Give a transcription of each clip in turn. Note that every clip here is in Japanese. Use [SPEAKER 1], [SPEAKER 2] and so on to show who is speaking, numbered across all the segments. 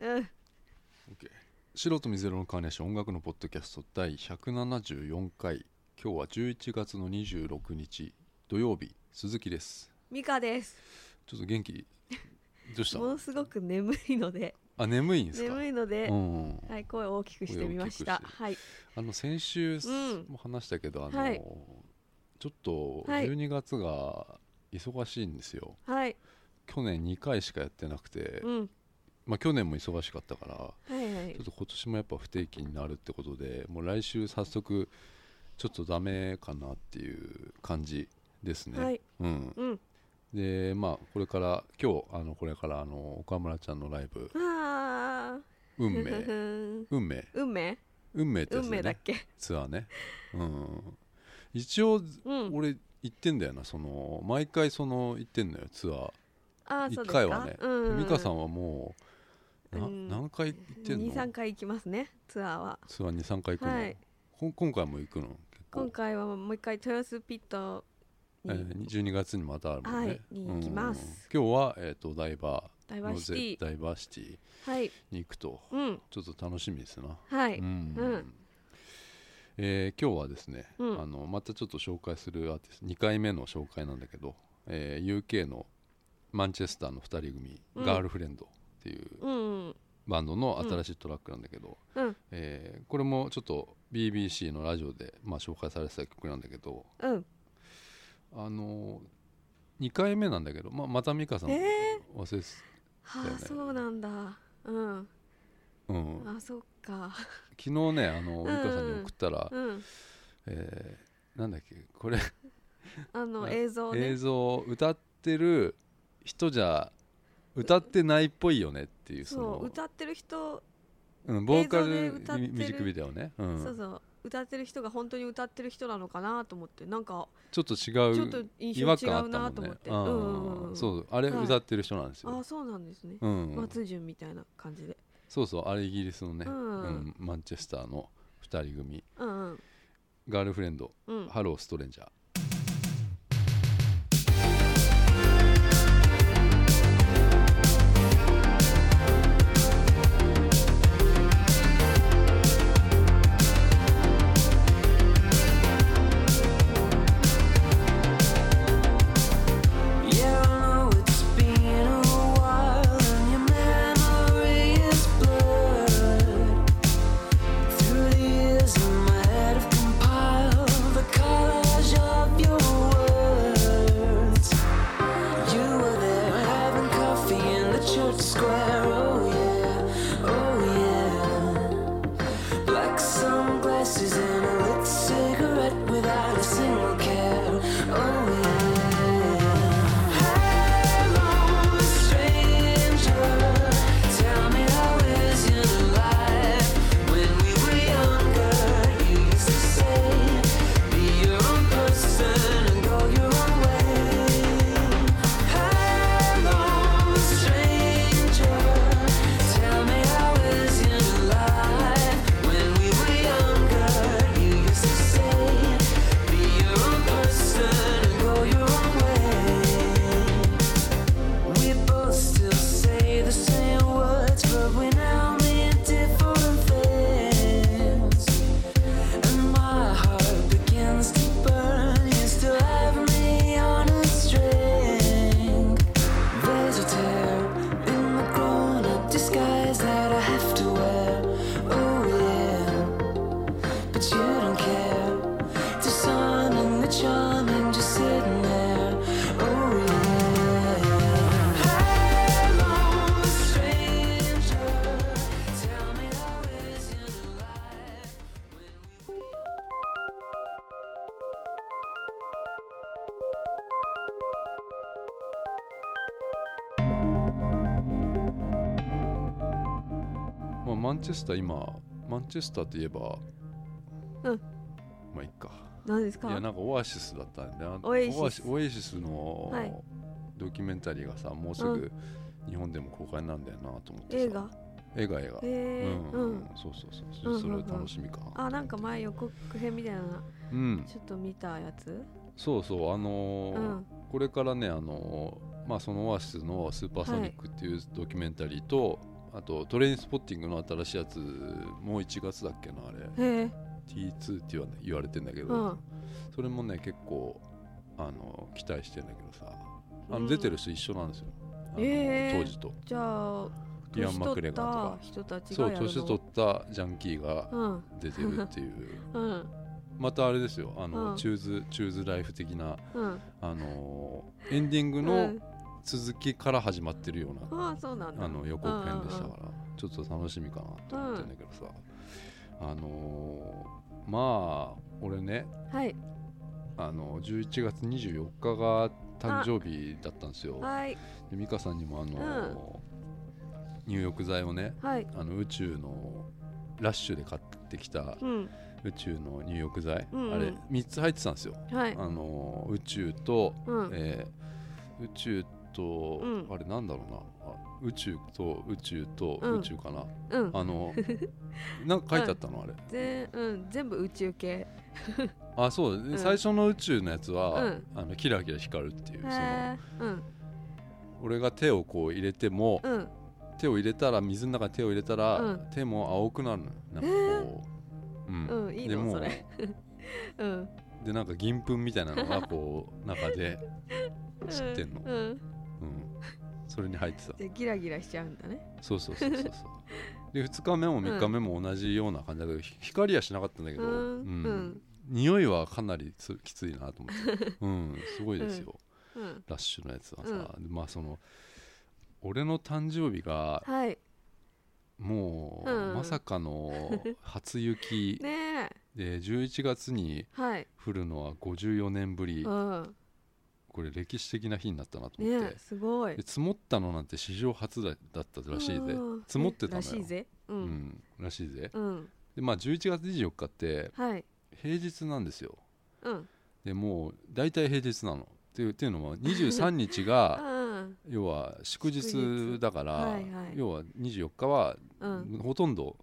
[SPEAKER 1] うん。
[SPEAKER 2] 素人水色のカーネーション音楽のポッドキャスト第174回今日は11月の26日土曜日鈴木です
[SPEAKER 1] ミカです。
[SPEAKER 2] ちょっと元気どうした
[SPEAKER 1] ものすごく眠いので、
[SPEAKER 2] あ眠いんですか
[SPEAKER 1] 眠いので
[SPEAKER 2] う、ん、
[SPEAKER 1] はい、声を大きくしてみました。
[SPEAKER 2] 声を大きくし
[SPEAKER 1] はい。
[SPEAKER 2] あの先週
[SPEAKER 1] ん
[SPEAKER 2] も話したけど、あの
[SPEAKER 1] はい
[SPEAKER 2] ちょっと
[SPEAKER 1] はい
[SPEAKER 2] 12月が忙しいんですよ、
[SPEAKER 1] はい。
[SPEAKER 2] 去年2回しかやってなくて、
[SPEAKER 1] うん。
[SPEAKER 2] まあ、去年も忙しかったから
[SPEAKER 1] はいはい
[SPEAKER 2] ちょっ。と今年もやっぱ不定期になるってことでもう来週早速ちょっとダメかなっていう感じですね、
[SPEAKER 1] はい
[SPEAKER 2] うん、
[SPEAKER 1] うん。
[SPEAKER 2] でまあこれから今日あのこれからあの岡村ちゃんのライブ
[SPEAKER 1] ああ。
[SPEAKER 2] 「運
[SPEAKER 1] ふふ ふ
[SPEAKER 2] 命
[SPEAKER 1] ん
[SPEAKER 2] 運命
[SPEAKER 1] 運命
[SPEAKER 2] 運命」ってや
[SPEAKER 1] 運
[SPEAKER 2] つだ
[SPEAKER 1] 命
[SPEAKER 2] よ
[SPEAKER 1] だっ
[SPEAKER 2] ね
[SPEAKER 1] け
[SPEAKER 2] ツアーね、うん、一応
[SPEAKER 1] うん。
[SPEAKER 2] 俺行ってんだよなその毎回その行ってんのよツアー
[SPEAKER 1] ああ、そうで
[SPEAKER 2] 1
[SPEAKER 1] すか。
[SPEAKER 2] 回はね
[SPEAKER 1] うん。
[SPEAKER 2] 美香さんはもうな
[SPEAKER 1] うん
[SPEAKER 2] 何回行ってん
[SPEAKER 1] 二
[SPEAKER 2] の
[SPEAKER 1] 三回行きますね、ツアーは。
[SPEAKER 2] ツアー23回行くの、
[SPEAKER 1] はい
[SPEAKER 2] こん今回も行くの結構
[SPEAKER 1] 今回はもう一回豊洲ピット
[SPEAKER 2] え
[SPEAKER 1] に、
[SPEAKER 2] ー12月にまたあるもんね、
[SPEAKER 1] はいに行きます
[SPEAKER 2] うん今日は、えー、とお台場
[SPEAKER 1] ダイバ
[SPEAKER 2] の
[SPEAKER 1] ーシテ
[SPEAKER 2] ぜ
[SPEAKER 1] ィ。
[SPEAKER 2] ダイバーシティ
[SPEAKER 1] はい。
[SPEAKER 2] に行くと
[SPEAKER 1] うん。
[SPEAKER 2] ちょっと楽しみですな、
[SPEAKER 1] はい。
[SPEAKER 2] うん
[SPEAKER 1] うん
[SPEAKER 2] えー今日はですね、
[SPEAKER 1] うん
[SPEAKER 2] あのまたちょっと紹介するアーティスト2回目の紹介なんだけど、えー UK のマンチェスターの2人組、
[SPEAKER 1] うん
[SPEAKER 2] ガールフレンドっていう
[SPEAKER 1] うん。
[SPEAKER 2] バンドの新しいトラックなんだけど、
[SPEAKER 1] うん。
[SPEAKER 2] えーこれもちょっと BBC のラジオで、まあ、紹介されてた曲なんだけど、
[SPEAKER 1] うん。
[SPEAKER 2] あのー、2回目なんだけど、まあ、また美香さん
[SPEAKER 1] え
[SPEAKER 2] 忘
[SPEAKER 1] え。
[SPEAKER 2] れてだよ
[SPEAKER 1] は
[SPEAKER 2] ね
[SPEAKER 1] あ、そうなんだ。うん。
[SPEAKER 2] うん、
[SPEAKER 1] あ、そっか。
[SPEAKER 2] 昨日ねあ
[SPEAKER 1] う
[SPEAKER 2] の
[SPEAKER 1] ん
[SPEAKER 2] 美香さんに送ったら、
[SPEAKER 1] うん。
[SPEAKER 2] えーなんだっけこれ、
[SPEAKER 1] あの
[SPEAKER 2] あ
[SPEAKER 1] 映像
[SPEAKER 2] 映
[SPEAKER 1] ね。
[SPEAKER 2] 像歌ってる人じゃ歌ってないっぽいよねっていうそ
[SPEAKER 1] そ
[SPEAKER 2] の
[SPEAKER 1] う、歌ってる人、
[SPEAKER 2] うん、ボー
[SPEAKER 1] 映
[SPEAKER 2] カル
[SPEAKER 1] 像で歌って
[SPEAKER 2] ミ
[SPEAKER 1] る
[SPEAKER 2] ミュージックビデオね、うん
[SPEAKER 1] そうそう。歌ってる人が本当に歌ってる人なのかなと思って、なんか
[SPEAKER 2] ちょっと違
[SPEAKER 1] ちょっ
[SPEAKER 2] う
[SPEAKER 1] と印
[SPEAKER 2] 違
[SPEAKER 1] 象
[SPEAKER 2] 和
[SPEAKER 1] 違
[SPEAKER 2] 感あ
[SPEAKER 1] う
[SPEAKER 2] った
[SPEAKER 1] なと
[SPEAKER 2] もん
[SPEAKER 1] 思
[SPEAKER 2] ね
[SPEAKER 1] って。うんうんうん
[SPEAKER 2] う
[SPEAKER 1] うんん。
[SPEAKER 2] そうあれ
[SPEAKER 1] はい
[SPEAKER 2] 歌ってる人なんですよ、
[SPEAKER 1] あ、そうなんですね。
[SPEAKER 2] うん、
[SPEAKER 1] 松潤みたいな感じで。
[SPEAKER 2] そうそうあれイギリスのね、
[SPEAKER 1] うん
[SPEAKER 2] うんマンチェスターの2人組
[SPEAKER 1] うんうん。
[SPEAKER 2] ガールフレンド
[SPEAKER 1] うん。
[SPEAKER 2] ハローストレンジャー。
[SPEAKER 3] You know it's been a while and your memory is blurred. Through the years in my head I've compiled the collage of your words. You were there having coffee in the church square, oh yeah, oh yeah. Black sunglasses and a lit cigarette without a single care, oh yeah. Hello, stranger. Tell me how is your life? When we were younger, you used to say, "Be your own person and go your own way." Hello, stranger. Tell me how is your life? When we were younger, you used to say, "Be your own person and go your own way." We both still say the same words, but we now mean different things. And my heart begins to burn. You still have me on a string. There's a tear in the grown-up disguise that I have to wear. Oh yeah, but you don't care. Disarming the charm and just sitting there. Oh yeah. Hello, stranger. Tell me how is your life when we
[SPEAKER 2] まあ、マンチェスター今マンチェスターといえば
[SPEAKER 1] うん
[SPEAKER 2] まあいっか
[SPEAKER 1] 何です
[SPEAKER 2] いや
[SPEAKER 1] か
[SPEAKER 2] なんかオアシスだったんだよ
[SPEAKER 1] オエシス
[SPEAKER 2] オアシオエシスの
[SPEAKER 1] はい
[SPEAKER 2] ドキュメンタリーがさもうす
[SPEAKER 1] う
[SPEAKER 2] ぐ日本でも公開なんだよなと思ってさ
[SPEAKER 1] 映画
[SPEAKER 2] 映画映画
[SPEAKER 1] へ
[SPEAKER 2] う
[SPEAKER 1] え
[SPEAKER 2] ん、
[SPEAKER 1] うん。
[SPEAKER 2] そうそうそう
[SPEAKER 1] うんうんう
[SPEAKER 2] そ
[SPEAKER 1] ん
[SPEAKER 2] それは楽しみかな
[SPEAKER 1] あ、なんか前予告編みたいな、
[SPEAKER 2] うん
[SPEAKER 1] ちょっと見たやつ
[SPEAKER 2] そうそうあ
[SPEAKER 1] う
[SPEAKER 2] のー
[SPEAKER 1] ん。
[SPEAKER 2] これからねあのーまあそのオアシスの「スーパーソニック」っていうドキュメンタリーと、あとトレインスポッティングの新しいやつもう1月だっけなあれ
[SPEAKER 1] へえ
[SPEAKER 2] T2 って言わ,、言われてんだけど、
[SPEAKER 1] うん
[SPEAKER 2] それもね結構あの期待してんだけどさあ
[SPEAKER 1] うん
[SPEAKER 2] の出てる人一緒なんですよ、あの
[SPEAKER 1] えー
[SPEAKER 2] 当時と
[SPEAKER 1] じゃあ
[SPEAKER 2] イアン・
[SPEAKER 1] 年
[SPEAKER 2] マク
[SPEAKER 1] 取
[SPEAKER 2] レ
[SPEAKER 1] っ
[SPEAKER 2] ガー
[SPEAKER 1] た
[SPEAKER 2] とか
[SPEAKER 1] 人たち
[SPEAKER 2] そ
[SPEAKER 1] が
[SPEAKER 2] う
[SPEAKER 1] やるの
[SPEAKER 2] 年取ったジャンキーが
[SPEAKER 1] うん
[SPEAKER 2] 出てるっていう
[SPEAKER 1] うん
[SPEAKER 2] またあれですよあの、
[SPEAKER 1] うん
[SPEAKER 2] チューズチューズライフ的な
[SPEAKER 1] うん
[SPEAKER 2] あのエンディング
[SPEAKER 1] う
[SPEAKER 2] の
[SPEAKER 1] ん
[SPEAKER 2] 続きから始まってるような
[SPEAKER 1] ああそうなんだ
[SPEAKER 2] あの予告編でしたから、ちょっと楽しみかなと思ってんだけどさ、あのーまあ俺ね
[SPEAKER 1] はい
[SPEAKER 2] あの11月24日が誕生日だったんですよ
[SPEAKER 1] はい
[SPEAKER 2] で美香さんにもあのー入浴剤をね
[SPEAKER 1] はい
[SPEAKER 2] あの宇宙のラッシュで買ってきた
[SPEAKER 1] うん
[SPEAKER 2] 宇宙の入浴剤、
[SPEAKER 1] うんうん
[SPEAKER 2] あれ3つ入ってたんですよ、
[SPEAKER 1] はい
[SPEAKER 2] あのー宇宙と、
[SPEAKER 1] うん
[SPEAKER 2] えー宇宙と、
[SPEAKER 1] うん
[SPEAKER 2] あれなんだろうなあ宇宙と宇宙と
[SPEAKER 1] うん
[SPEAKER 2] 宇宙かな、
[SPEAKER 1] うん
[SPEAKER 2] あ のなんか書いてあったの、あれ
[SPEAKER 1] 全うん全部宇宙系
[SPEAKER 2] あそう、
[SPEAKER 1] ん
[SPEAKER 2] 最初の宇宙のやつは、
[SPEAKER 1] うん
[SPEAKER 2] あのキラキラ光るっていう
[SPEAKER 1] へ
[SPEAKER 2] その
[SPEAKER 1] えうん
[SPEAKER 2] 俺が手をこう入れても、
[SPEAKER 1] うん
[SPEAKER 2] 手を入れたら水の中に手を入れたら、
[SPEAKER 1] うん
[SPEAKER 2] 手も青くなるのよなんかこう、うん
[SPEAKER 1] うんいい
[SPEAKER 2] で
[SPEAKER 1] の
[SPEAKER 2] も
[SPEAKER 1] それうん
[SPEAKER 2] でなんか銀粉みたいなのがこ う中で知ってんの、
[SPEAKER 1] うんうん
[SPEAKER 2] うんそれに入ってた
[SPEAKER 1] じゃあギラギラしちゃうんだね
[SPEAKER 2] そうそうそうそうそうで2日目も3日目も同じような感じだけど、ひ光はしなかったんだけど、
[SPEAKER 1] うん
[SPEAKER 2] うん
[SPEAKER 1] うん
[SPEAKER 2] 匂いはかなりつきついなと思って うんすごいですよ、
[SPEAKER 1] うん
[SPEAKER 2] ラッシュのやつはさ、でまあその俺の誕生日が
[SPEAKER 1] はい
[SPEAKER 2] もう、
[SPEAKER 1] うん
[SPEAKER 2] まさかの初雪
[SPEAKER 1] ねえ
[SPEAKER 2] で11月に
[SPEAKER 1] はい
[SPEAKER 2] 降るのは54年ぶり、
[SPEAKER 1] うん
[SPEAKER 2] これ歴史的な日になったなと思って、
[SPEAKER 1] ねえすごい
[SPEAKER 2] で積もったのなんて史上初だだったらしいぜ
[SPEAKER 1] うん
[SPEAKER 2] 積もってたのよ
[SPEAKER 1] らしいぜう
[SPEAKER 2] うんんらしいぜ
[SPEAKER 1] うん
[SPEAKER 2] でまあ11月24日って
[SPEAKER 1] はい
[SPEAKER 2] 平日なんですよ
[SPEAKER 1] うん
[SPEAKER 2] でもう大体平日なのっていうっていうのは23日が
[SPEAKER 1] うん
[SPEAKER 2] 要は
[SPEAKER 1] 祝
[SPEAKER 2] 祝日
[SPEAKER 1] 日
[SPEAKER 2] だから、
[SPEAKER 1] はいはい
[SPEAKER 2] 要は24日は
[SPEAKER 1] うん
[SPEAKER 2] ほとんど、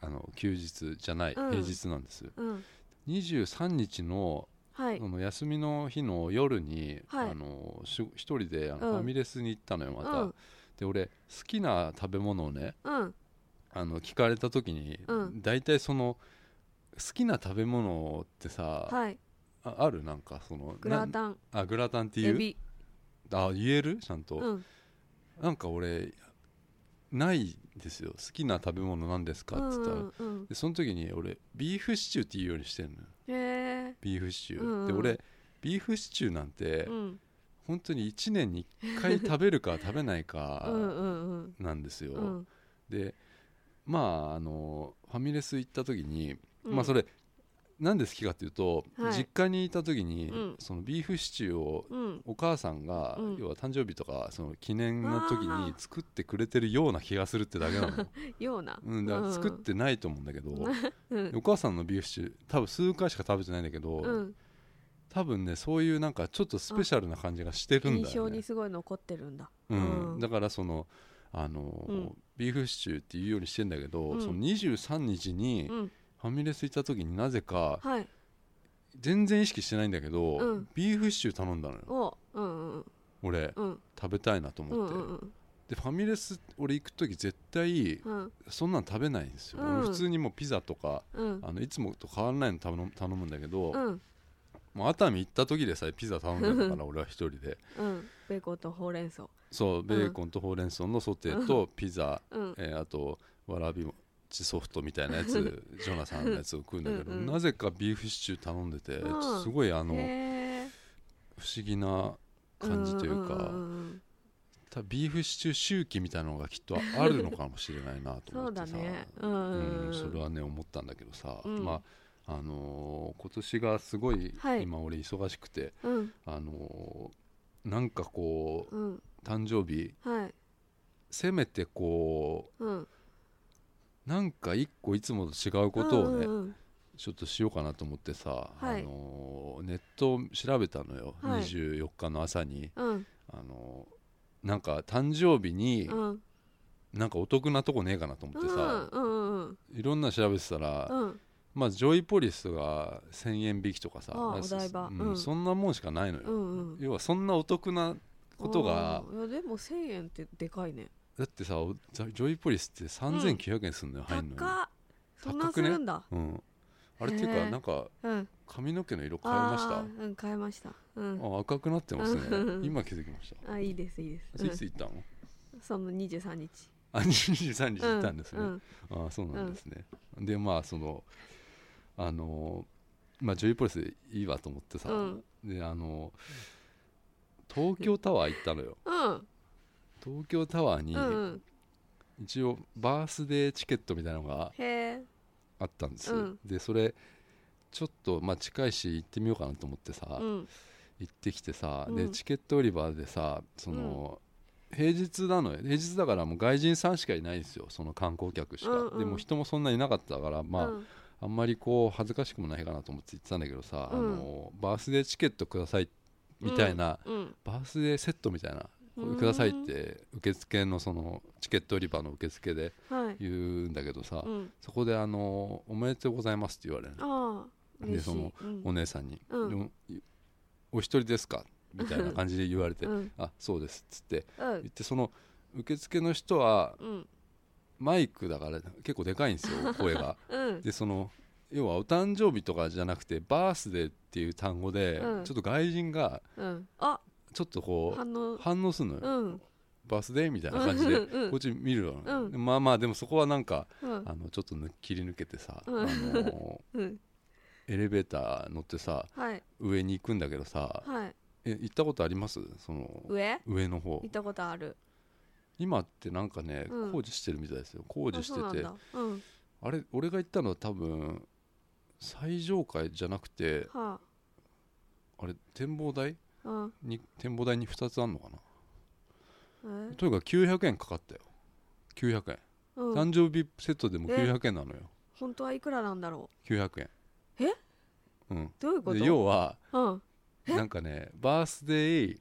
[SPEAKER 2] あの休日じゃない、
[SPEAKER 1] うん
[SPEAKER 2] 平日なんです
[SPEAKER 1] うん
[SPEAKER 2] 23日の,、
[SPEAKER 1] はい
[SPEAKER 2] の休みの日の夜に、
[SPEAKER 1] はい
[SPEAKER 2] あのし一人であ
[SPEAKER 1] う
[SPEAKER 2] の、
[SPEAKER 1] ん
[SPEAKER 2] ファミレスに行ったのよまた、
[SPEAKER 1] うん
[SPEAKER 2] で俺好きな食べ物をね
[SPEAKER 1] うん
[SPEAKER 2] あの聞かれた時に、
[SPEAKER 1] うん
[SPEAKER 2] 大体その好きな食べ物ってさ、
[SPEAKER 1] はい
[SPEAKER 2] ああるなんかその
[SPEAKER 1] グラ
[SPEAKER 2] ン
[SPEAKER 1] タン
[SPEAKER 2] あグラタンって
[SPEAKER 1] エ
[SPEAKER 2] いう
[SPEAKER 1] ビ
[SPEAKER 2] あ言えるちゃんと、
[SPEAKER 1] うん
[SPEAKER 2] なんか俺ないですよ好きな食べ物なんですかって言ったら、
[SPEAKER 1] うんうんうん
[SPEAKER 2] でその時に俺ビーフシチューって言うようにしてんのよ
[SPEAKER 1] へ
[SPEAKER 2] ビーフシチュー、
[SPEAKER 1] うんうん
[SPEAKER 2] で俺ビーフシチューなんて、
[SPEAKER 1] えうん
[SPEAKER 2] 本当に1年に1回食べるか食べないか
[SPEAKER 1] うんうん
[SPEAKER 2] なんですよ、
[SPEAKER 1] うんうん
[SPEAKER 2] でまああのファミレス行った時に、
[SPEAKER 1] うん
[SPEAKER 2] まあそれなんで好きかっていうと、
[SPEAKER 1] はい
[SPEAKER 2] 実家にいた時に、
[SPEAKER 1] うん
[SPEAKER 2] そのビーフシチューを
[SPEAKER 1] うん
[SPEAKER 2] お母さんが、
[SPEAKER 1] うん
[SPEAKER 2] 要は誕生日とかその記念の時に作ってくれてるような気がするってだけなの、
[SPEAKER 1] ような
[SPEAKER 2] うん、だから作ってないと思うんだけど、
[SPEAKER 1] うん
[SPEAKER 2] お母さんのビーフシチュー多分数回しか食べてないんだけど、
[SPEAKER 1] うん
[SPEAKER 2] 多分ねそういうなんかちょっとスペシャルな感じがしてるん
[SPEAKER 1] 印
[SPEAKER 2] だよ
[SPEAKER 1] 象
[SPEAKER 2] ね
[SPEAKER 1] に、すごい残ってるんだ
[SPEAKER 2] うん
[SPEAKER 1] うん
[SPEAKER 2] だからそのあの、
[SPEAKER 1] うん
[SPEAKER 2] ビーフシチューっていうようにしてんだけど、
[SPEAKER 1] うん
[SPEAKER 2] その23日に
[SPEAKER 1] うん
[SPEAKER 2] ファミレス行った時になぜか
[SPEAKER 1] はい
[SPEAKER 2] 全然意識してないんだけど、
[SPEAKER 1] うん
[SPEAKER 2] ビーフシチュー頼んだのよ
[SPEAKER 1] おうんうん
[SPEAKER 2] 俺
[SPEAKER 1] うん
[SPEAKER 2] 食べたいなと
[SPEAKER 1] う
[SPEAKER 2] 思
[SPEAKER 1] ん
[SPEAKER 2] って、
[SPEAKER 1] うん
[SPEAKER 2] でファミレス俺行く時絶対
[SPEAKER 1] うん
[SPEAKER 2] そんなん食べないんですよ、
[SPEAKER 1] うん
[SPEAKER 2] 俺普通にもうピザとか
[SPEAKER 1] うん
[SPEAKER 2] あのいつもと変わらないの頼む頼むんだけど、
[SPEAKER 1] うん
[SPEAKER 2] もう熱海行った時でさえピザ頼んでるから俺は一人で
[SPEAKER 1] うんベーコンとほうれん草
[SPEAKER 2] そうベーコンとほうれん草のソテーとピザ、
[SPEAKER 1] うん
[SPEAKER 2] えーあとわらび餅ソフトみたいなやつジョナサンのやつを食うんだけど
[SPEAKER 1] うんうん
[SPEAKER 2] なぜかビーフシチュー頼んでて、
[SPEAKER 1] うん
[SPEAKER 2] すごいあの
[SPEAKER 1] へえ
[SPEAKER 2] 不思議な感じというか、
[SPEAKER 1] んんうん
[SPEAKER 2] たビーフシチュー周期みたいなのがきっとあるのかもしれないなと
[SPEAKER 1] そ
[SPEAKER 2] 思
[SPEAKER 1] う
[SPEAKER 2] って
[SPEAKER 1] だ
[SPEAKER 2] さ
[SPEAKER 1] ねうんうん
[SPEAKER 2] う
[SPEAKER 1] うん
[SPEAKER 2] ん、それ
[SPEAKER 1] は
[SPEAKER 2] はね思ったんだけどさ、
[SPEAKER 1] うん
[SPEAKER 2] まああのー今年がすごい、
[SPEAKER 1] はい
[SPEAKER 2] 今俺忙しくて
[SPEAKER 1] うん
[SPEAKER 2] あのーなんかこう
[SPEAKER 1] うん
[SPEAKER 2] 誕生日
[SPEAKER 1] はい
[SPEAKER 2] せめてこ
[SPEAKER 1] うん
[SPEAKER 2] うなんか一個いつもと違うことをね、
[SPEAKER 1] うんうん
[SPEAKER 2] ちょっとしようかなと思ってさ、
[SPEAKER 1] はい
[SPEAKER 2] あのーネットを調べたのよ、
[SPEAKER 1] はい
[SPEAKER 2] 24日の朝に、
[SPEAKER 1] うん
[SPEAKER 2] あのーなんか誕生日に
[SPEAKER 1] うん
[SPEAKER 2] なんかお得なとこねえかなと思ってさ、
[SPEAKER 1] うんうん
[SPEAKER 2] いろんな調べてたら、
[SPEAKER 1] うんうん
[SPEAKER 2] まあ、ジョイポリスが1000円引きとかさ
[SPEAKER 1] あ
[SPEAKER 2] まあ
[SPEAKER 1] お台場
[SPEAKER 2] そ
[SPEAKER 1] うん
[SPEAKER 2] そんなもんしかないのよ、
[SPEAKER 1] うんうん
[SPEAKER 2] 要はそんなお得なことが
[SPEAKER 1] あーいやでも1000円ってでかいね
[SPEAKER 2] だってさおジョジョイポリスって3900円すんのよ、入んのよ
[SPEAKER 1] 高っそんな
[SPEAKER 2] 高
[SPEAKER 1] ん
[SPEAKER 2] く
[SPEAKER 1] す
[SPEAKER 2] ね
[SPEAKER 1] るんだ
[SPEAKER 2] うん、あれっていう
[SPEAKER 1] へ
[SPEAKER 2] か
[SPEAKER 1] え
[SPEAKER 2] なんか
[SPEAKER 1] うん
[SPEAKER 2] 髪の毛の色変え
[SPEAKER 1] あ
[SPEAKER 2] ました
[SPEAKER 1] ーうん変えましたうん
[SPEAKER 2] あ赤くなってますね
[SPEAKER 1] うん
[SPEAKER 2] 今気づきました
[SPEAKER 1] あいいですいい
[SPEAKER 2] あい
[SPEAKER 1] で
[SPEAKER 2] つ
[SPEAKER 1] す、
[SPEAKER 2] 行ったの
[SPEAKER 1] うん、その23日
[SPEAKER 2] あ23日行ったんですね、
[SPEAKER 1] うんうん
[SPEAKER 2] ああそうなんですね、でまあそのあのーまあジョイポリスでいいわと思ってさ、
[SPEAKER 1] うん
[SPEAKER 2] であのー東京タワー行ったのよ
[SPEAKER 1] うん
[SPEAKER 2] 東京タワーに
[SPEAKER 1] うんうん
[SPEAKER 2] 一応バースデーチケットみたいなのが
[SPEAKER 1] へえ
[SPEAKER 2] あったんです、
[SPEAKER 1] うん
[SPEAKER 2] でそれちょっとまあ近いし行ってみようかなと思ってさ、
[SPEAKER 1] うん
[SPEAKER 2] 行ってきてさ、
[SPEAKER 1] うん
[SPEAKER 2] でチケット売り場でさその、平日なのよ平日だからもう外人さんしかいないんですよその観光客しか、
[SPEAKER 1] うんうん
[SPEAKER 2] でも人もそんなにいなかったからまあ、
[SPEAKER 1] うん
[SPEAKER 2] あんまりこう恥ずかしくもないかなと思って言ってたんだけどさ、
[SPEAKER 1] うん
[SPEAKER 2] あのバースデーチケットくださいみたいな、
[SPEAKER 1] うん
[SPEAKER 2] バースデーセットみたいな、こ
[SPEAKER 1] う
[SPEAKER 2] れ
[SPEAKER 1] ん
[SPEAKER 2] くださいって受付のそのチケット売り場の受付で
[SPEAKER 1] はい
[SPEAKER 2] 言うんだけどさ、
[SPEAKER 1] うん
[SPEAKER 2] そこであの「おめでとうございます」って言われる
[SPEAKER 1] あ
[SPEAKER 2] の
[SPEAKER 1] あ
[SPEAKER 2] で
[SPEAKER 1] 嬉しい
[SPEAKER 2] その
[SPEAKER 1] うん
[SPEAKER 2] お姉さんに「
[SPEAKER 1] うん
[SPEAKER 2] でもお一人ですか?」みたいな感じで言われて
[SPEAKER 1] うん
[SPEAKER 2] あそうですっつって
[SPEAKER 1] うん
[SPEAKER 2] 言ってその受付の人は
[SPEAKER 1] うん
[SPEAKER 2] マイクだから結構でかいんです よ声が
[SPEAKER 1] うん
[SPEAKER 2] でその要はお誕生日とかじゃなくてバースデーっていう単語で、
[SPEAKER 1] うん
[SPEAKER 2] ちょっと外人が
[SPEAKER 1] うんあ
[SPEAKER 2] ちょっとこう
[SPEAKER 1] 反応
[SPEAKER 2] 反応するのよ、
[SPEAKER 1] うん
[SPEAKER 2] バースデーみたいな感じで
[SPEAKER 1] うんうん
[SPEAKER 2] こっち見るのよ、
[SPEAKER 1] うん
[SPEAKER 2] でまあまあでもそこはなんか
[SPEAKER 1] うん
[SPEAKER 2] あのちょっとぬ切り抜けてさ、
[SPEAKER 1] うん
[SPEAKER 2] あの
[SPEAKER 1] うん
[SPEAKER 2] エレベーター乗ってさ
[SPEAKER 1] はい
[SPEAKER 2] 上に行くんだけどさ
[SPEAKER 1] はい
[SPEAKER 2] え行ったことありますその
[SPEAKER 1] 上
[SPEAKER 2] 上の方
[SPEAKER 1] 行ったことある
[SPEAKER 2] 今ってなんかね、
[SPEAKER 1] うん
[SPEAKER 2] 工事してるみたいですよ工事
[SPEAKER 1] あ
[SPEAKER 2] し
[SPEAKER 1] そうなん
[SPEAKER 2] てて
[SPEAKER 1] だうんは
[SPEAKER 2] あれ俺が行ったのは多分最上階じゃなくて
[SPEAKER 1] あ
[SPEAKER 2] あれ展望台
[SPEAKER 1] うん
[SPEAKER 2] に展望台に2つあんのかな
[SPEAKER 1] え
[SPEAKER 2] とにかく900円かかったよ900円、
[SPEAKER 1] うん
[SPEAKER 2] 誕生日セットでも
[SPEAKER 1] え
[SPEAKER 2] 900円なのよ
[SPEAKER 1] 本当はいくらなんだろ
[SPEAKER 2] 900円
[SPEAKER 1] え
[SPEAKER 2] うん
[SPEAKER 1] うどういうこ
[SPEAKER 2] で
[SPEAKER 1] と
[SPEAKER 2] 要は
[SPEAKER 1] うんえ
[SPEAKER 2] なんかねバースデー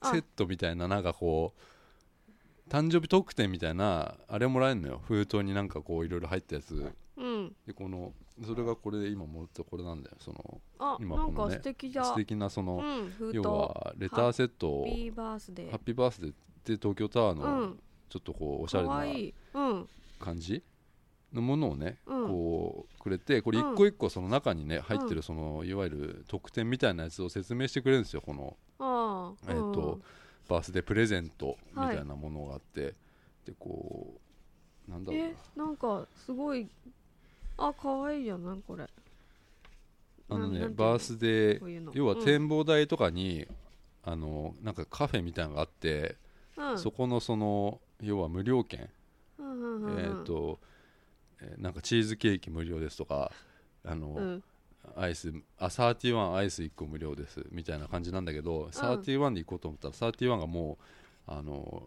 [SPEAKER 1] あ
[SPEAKER 2] セットみたいななんかこう誕生日特典みたいなあれもらえるのよ封筒になんかこういろいろ入ったやつ
[SPEAKER 1] うん
[SPEAKER 2] でこのそれがこれで今持ってこれなんだよその
[SPEAKER 1] あ
[SPEAKER 2] 今
[SPEAKER 1] なん
[SPEAKER 2] この
[SPEAKER 1] か
[SPEAKER 2] ね
[SPEAKER 1] 素敵じゃ
[SPEAKER 2] 素敵なその、
[SPEAKER 1] うん封筒
[SPEAKER 2] 要はレターセットを
[SPEAKER 1] ビーバースデ
[SPEAKER 2] ハッ
[SPEAKER 1] ー
[SPEAKER 2] ピーバースデーって東京タワ
[SPEAKER 1] う
[SPEAKER 2] ーの
[SPEAKER 1] ん
[SPEAKER 2] ちょっとこうおし
[SPEAKER 1] か
[SPEAKER 2] ゃれ
[SPEAKER 1] わ
[SPEAKER 2] ない
[SPEAKER 1] いうん
[SPEAKER 2] 感じのものをね、
[SPEAKER 1] うん
[SPEAKER 2] こうくれてこれ
[SPEAKER 1] うん
[SPEAKER 2] 一個一個その中にね入ってるそのいわゆる特典みたいなやつを説明してくれるんですよこの
[SPEAKER 1] ああ
[SPEAKER 2] えっとバースデープレゼントみたいなものがあって、でこうなんだろうな
[SPEAKER 1] えなんかすごいあ可愛いじゃないこれ
[SPEAKER 2] あの
[SPEAKER 1] なん
[SPEAKER 2] ね
[SPEAKER 1] なんていうの
[SPEAKER 2] バースデ
[SPEAKER 1] こういう
[SPEAKER 2] ー
[SPEAKER 1] の
[SPEAKER 2] 要は
[SPEAKER 1] うん
[SPEAKER 2] 展望台とかに、あのなんかカフェみたいなのがあって、
[SPEAKER 1] うん
[SPEAKER 2] そこのその要は無料券、
[SPEAKER 1] うんうんうんうん
[SPEAKER 2] えっ、と、えーなんかチーズケーキ無料ですとかあの、
[SPEAKER 1] うん
[SPEAKER 2] アイスあサーティワンアイス1個無料ですみたいな感じなんだけど、サーティワンで行こうと思ったらサーティワンがもうあの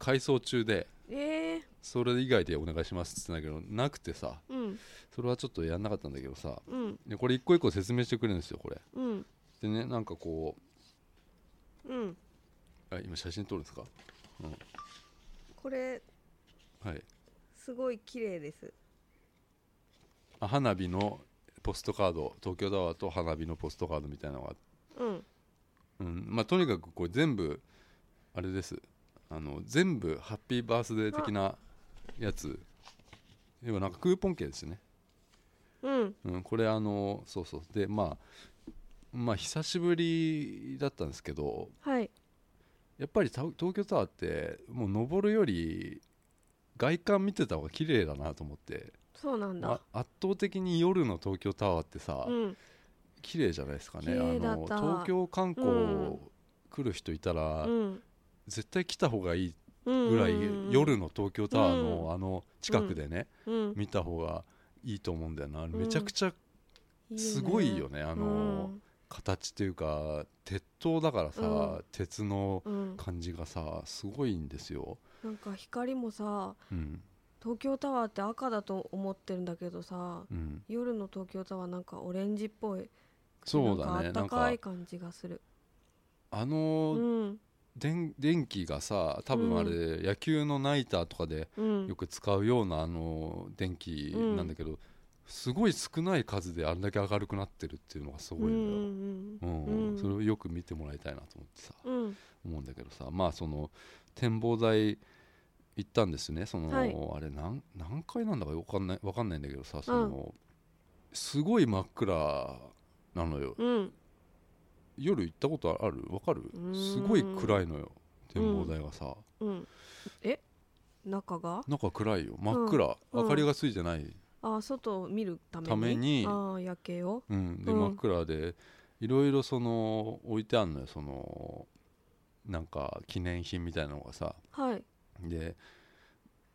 [SPEAKER 2] 改装中で
[SPEAKER 1] えー
[SPEAKER 2] それ以外でお願いしますって言ってんだけどなくてさ
[SPEAKER 1] うん
[SPEAKER 2] それはちょっとやんなかったんだけどさ
[SPEAKER 1] うん
[SPEAKER 2] でこれ一個一個説明してくれるんですよこれ
[SPEAKER 1] うん
[SPEAKER 2] でねなんかこ
[SPEAKER 1] うん
[SPEAKER 2] うあ今写真撮るんですか
[SPEAKER 1] これ
[SPEAKER 2] はい
[SPEAKER 1] すごい綺麗です
[SPEAKER 2] あ花火のポストカード東京タワーと花火のポストカードみたいなのがあって
[SPEAKER 1] うん
[SPEAKER 2] うんまあとにかくこれ全部あれですあの全部ハッピーバースデー的なやつ要はなんかクーポン券ですね、
[SPEAKER 1] うん
[SPEAKER 2] うん、これあのそうそうでまあまあ久しぶりだったんですけど
[SPEAKER 1] はい
[SPEAKER 2] やっぱりた東京タワーってもう登るより外観見てた方が綺麗だなと思って、
[SPEAKER 1] そうなんだ
[SPEAKER 2] まあ圧倒的に夜の東京タワーってさ、
[SPEAKER 1] うん
[SPEAKER 2] 綺麗じゃないですかね
[SPEAKER 1] 綺麗だ
[SPEAKER 2] あ
[SPEAKER 1] っ
[SPEAKER 2] の
[SPEAKER 1] た
[SPEAKER 2] 東京観光
[SPEAKER 1] うん
[SPEAKER 2] 来る人いたら、
[SPEAKER 1] うん
[SPEAKER 2] 絶対来た方がいい
[SPEAKER 1] うん
[SPEAKER 2] ぐらい
[SPEAKER 1] うん
[SPEAKER 2] 夜の東京タワー
[SPEAKER 1] う
[SPEAKER 2] の
[SPEAKER 1] ん
[SPEAKER 2] あの近くでね
[SPEAKER 1] うん
[SPEAKER 2] 見た方がいいと思うんだよなあれ
[SPEAKER 1] うん
[SPEAKER 2] めちゃくちゃ
[SPEAKER 1] ね
[SPEAKER 2] すごいよねあの形というか鉄塔だから
[SPEAKER 1] う
[SPEAKER 2] さ鉄の
[SPEAKER 1] うんうん
[SPEAKER 2] 感じがさすごいんですよ。
[SPEAKER 1] なんか光もさ
[SPEAKER 2] うん
[SPEAKER 1] 東京タワーって赤だと思ってるんだけどさ
[SPEAKER 2] うん、
[SPEAKER 1] 夜の東京タワーなんかオレンジっぽい
[SPEAKER 2] そうだね
[SPEAKER 1] な
[SPEAKER 2] なんん
[SPEAKER 1] かあったか
[SPEAKER 2] か
[SPEAKER 1] い感じがする
[SPEAKER 2] あ
[SPEAKER 1] う
[SPEAKER 2] の
[SPEAKER 1] ん
[SPEAKER 2] でん電気がさ多分あれ野球のナイターとかで
[SPEAKER 1] うん
[SPEAKER 2] よく使うようなあの電気なんだけどすごい少ない数であれだけ明るくなってるっていうのがすご
[SPEAKER 1] う
[SPEAKER 2] い
[SPEAKER 1] ん
[SPEAKER 2] だよ。
[SPEAKER 1] うん
[SPEAKER 2] うん
[SPEAKER 1] うん
[SPEAKER 2] それをよく見てもらいたいなと思ってさ
[SPEAKER 1] うん
[SPEAKER 2] 思うんだけどさまあその展望台行ったんですねその、
[SPEAKER 1] はい
[SPEAKER 2] あれ何何階なんだかわかんないわかんないんだけどさその、すごい真っ暗なのよ
[SPEAKER 1] うん
[SPEAKER 2] 夜行ったことあるわかる
[SPEAKER 1] ーん
[SPEAKER 2] すごい暗いのよ展望台がさ、
[SPEAKER 1] うんえ中が
[SPEAKER 2] 中暗いよ真っ暗、
[SPEAKER 1] うん
[SPEAKER 2] 明かりがついてない、
[SPEAKER 1] あ外を見るために
[SPEAKER 2] ために
[SPEAKER 1] ああ夜景を
[SPEAKER 2] うん、で
[SPEAKER 1] うん
[SPEAKER 2] 真っ暗でいろいろその置いてあるのよそのなんか記念品みたいなのがさ
[SPEAKER 1] はい
[SPEAKER 2] で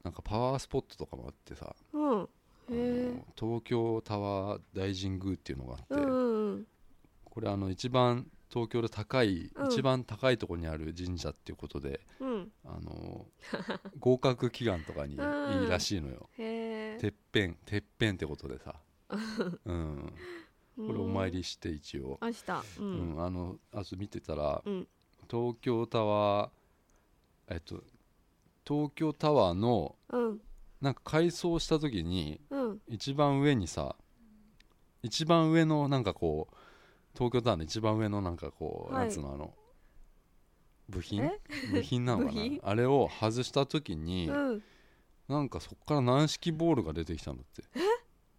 [SPEAKER 2] なんかパワースポットとかもあってさ
[SPEAKER 1] うんへ
[SPEAKER 2] あ
[SPEAKER 1] え
[SPEAKER 2] の東京タワー大神宮っていうのが
[SPEAKER 1] う
[SPEAKER 2] あ
[SPEAKER 1] ん
[SPEAKER 2] って、
[SPEAKER 1] うんうん
[SPEAKER 2] これあの一番東京で高い、
[SPEAKER 1] うん
[SPEAKER 2] 一番高いところにある神社っていうことで
[SPEAKER 1] うん
[SPEAKER 2] あ の合格祈願とかにいいらしいのよ、
[SPEAKER 1] へえ
[SPEAKER 2] てっぺんてっぺんってこと でさ、うん、
[SPEAKER 1] こ
[SPEAKER 2] これお参りして一応、
[SPEAKER 1] 明日う
[SPEAKER 2] うんんあのあと見てたら、
[SPEAKER 1] うん
[SPEAKER 2] 東京タワーえっと東京タワーの
[SPEAKER 1] うん
[SPEAKER 2] なんか改装した時に
[SPEAKER 1] うん
[SPEAKER 2] 一番上にさ一番上のなんかこう東京タワーの一番上のなんかこう、
[SPEAKER 1] はい
[SPEAKER 2] なんつうのあの部品
[SPEAKER 1] え
[SPEAKER 2] 部品なの か
[SPEAKER 1] 部
[SPEAKER 2] な
[SPEAKER 1] 品
[SPEAKER 2] あれを外した時に、
[SPEAKER 1] うん
[SPEAKER 2] なんかそっから軟式ボールが出てきたんだって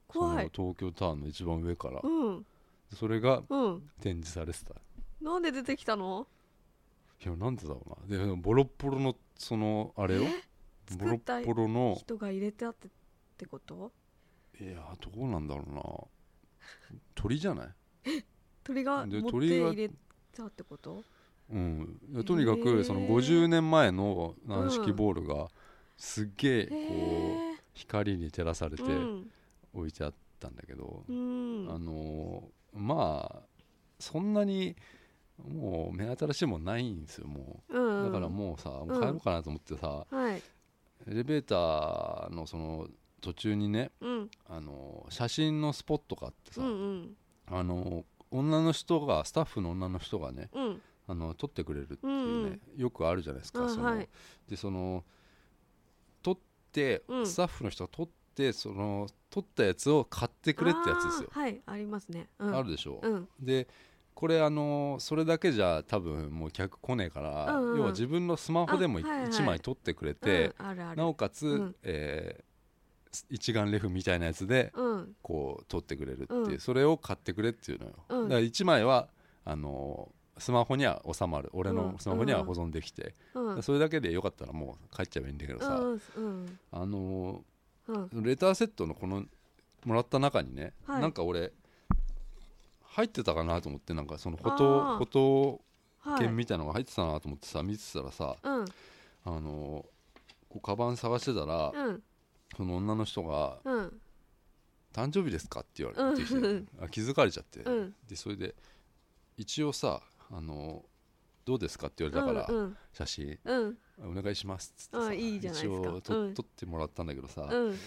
[SPEAKER 1] 怖い
[SPEAKER 2] その東京タワーの一番上から、
[SPEAKER 1] うん
[SPEAKER 2] それが
[SPEAKER 1] うん
[SPEAKER 2] 展示されてた
[SPEAKER 1] なんで出てきたの
[SPEAKER 2] いやなんでだろうなでボロッボロのそのあれよボロ
[SPEAKER 1] 作った
[SPEAKER 2] ッボロの
[SPEAKER 1] 人が入れてあってってこと
[SPEAKER 2] いやどうなんだろうな鳥じゃない
[SPEAKER 1] 鳥が
[SPEAKER 2] で
[SPEAKER 1] 持って
[SPEAKER 2] 鳥が
[SPEAKER 1] 入れたってこと
[SPEAKER 2] うんいやとにか
[SPEAKER 1] へー
[SPEAKER 2] くその50年前の軟式ボールがすっげえ
[SPEAKER 1] へ
[SPEAKER 2] こう
[SPEAKER 1] え
[SPEAKER 2] 光に照らされて
[SPEAKER 1] うん
[SPEAKER 2] 置いてあったんだけど
[SPEAKER 1] う
[SPEAKER 2] あ
[SPEAKER 1] ん
[SPEAKER 2] のーまあそんなにもう目新しいもんないんですよもう
[SPEAKER 1] うん
[SPEAKER 2] だからもうさもう帰ろうかなと思ってさ
[SPEAKER 1] うんはい
[SPEAKER 2] エレベーターのその途中にね
[SPEAKER 1] うん
[SPEAKER 2] あの写真のスポットがあってさ、
[SPEAKER 1] うんうん
[SPEAKER 2] あの女の人がスタッフの女の人がね
[SPEAKER 1] うん
[SPEAKER 2] あの撮ってくれるっていうね、よくあるじゃないですか、
[SPEAKER 1] あ
[SPEAKER 2] その
[SPEAKER 1] はい
[SPEAKER 2] でその撮って、
[SPEAKER 1] うん
[SPEAKER 2] スタッフの人が撮ってその撮ったやつを買ってくれってやつですよ
[SPEAKER 1] あーはいありますね
[SPEAKER 2] あ,、
[SPEAKER 1] あ
[SPEAKER 2] るでしょ、
[SPEAKER 1] うん
[SPEAKER 2] でこれあのそれだけじゃ多分もう客来ねえから、
[SPEAKER 1] うんうん
[SPEAKER 2] 要は自分のスマホでも
[SPEAKER 1] あはいはい
[SPEAKER 2] 1枚撮ってくれて、
[SPEAKER 1] うんあるある
[SPEAKER 2] なおかつ、
[SPEAKER 1] うん
[SPEAKER 2] えー一眼レフみたいなやつで
[SPEAKER 1] うん
[SPEAKER 2] こう撮ってくれるっていう、
[SPEAKER 1] うん
[SPEAKER 2] それを買ってくれっていうのよ、
[SPEAKER 1] うん
[SPEAKER 2] だから1枚はあのスマホには収まる俺の
[SPEAKER 1] うん
[SPEAKER 2] スマホには保存できて、
[SPEAKER 1] うん
[SPEAKER 2] それだけでよかったらもう帰っちゃえばいいんだけどさ、
[SPEAKER 1] うんうん
[SPEAKER 2] あの
[SPEAKER 1] うん
[SPEAKER 2] レターセットのこのもらった中にね、
[SPEAKER 1] はい
[SPEAKER 2] なんか俺入ってたかなと思ってなんかそのフ
[SPEAKER 1] あ
[SPEAKER 2] ォ
[SPEAKER 1] ー
[SPEAKER 2] トフォト
[SPEAKER 1] はい
[SPEAKER 2] 券みたいなのが入ってたなと思ってさ見てたらさ
[SPEAKER 1] うん
[SPEAKER 2] あのこうカバン探してたら、
[SPEAKER 1] うん
[SPEAKER 2] その女の人が
[SPEAKER 1] うん
[SPEAKER 2] 「誕生日ですか?」って言われてきて、
[SPEAKER 1] うん
[SPEAKER 2] あ気づかれちゃって、
[SPEAKER 1] うん
[SPEAKER 2] でそれで一応さあのどうですかって言われたから、
[SPEAKER 1] うん
[SPEAKER 2] 写真
[SPEAKER 1] うん
[SPEAKER 2] お願いしますっつってさ
[SPEAKER 1] あいいじゃないですか
[SPEAKER 2] 一応と
[SPEAKER 1] うん
[SPEAKER 2] 撮ってもらったんだけどさ、
[SPEAKER 1] うん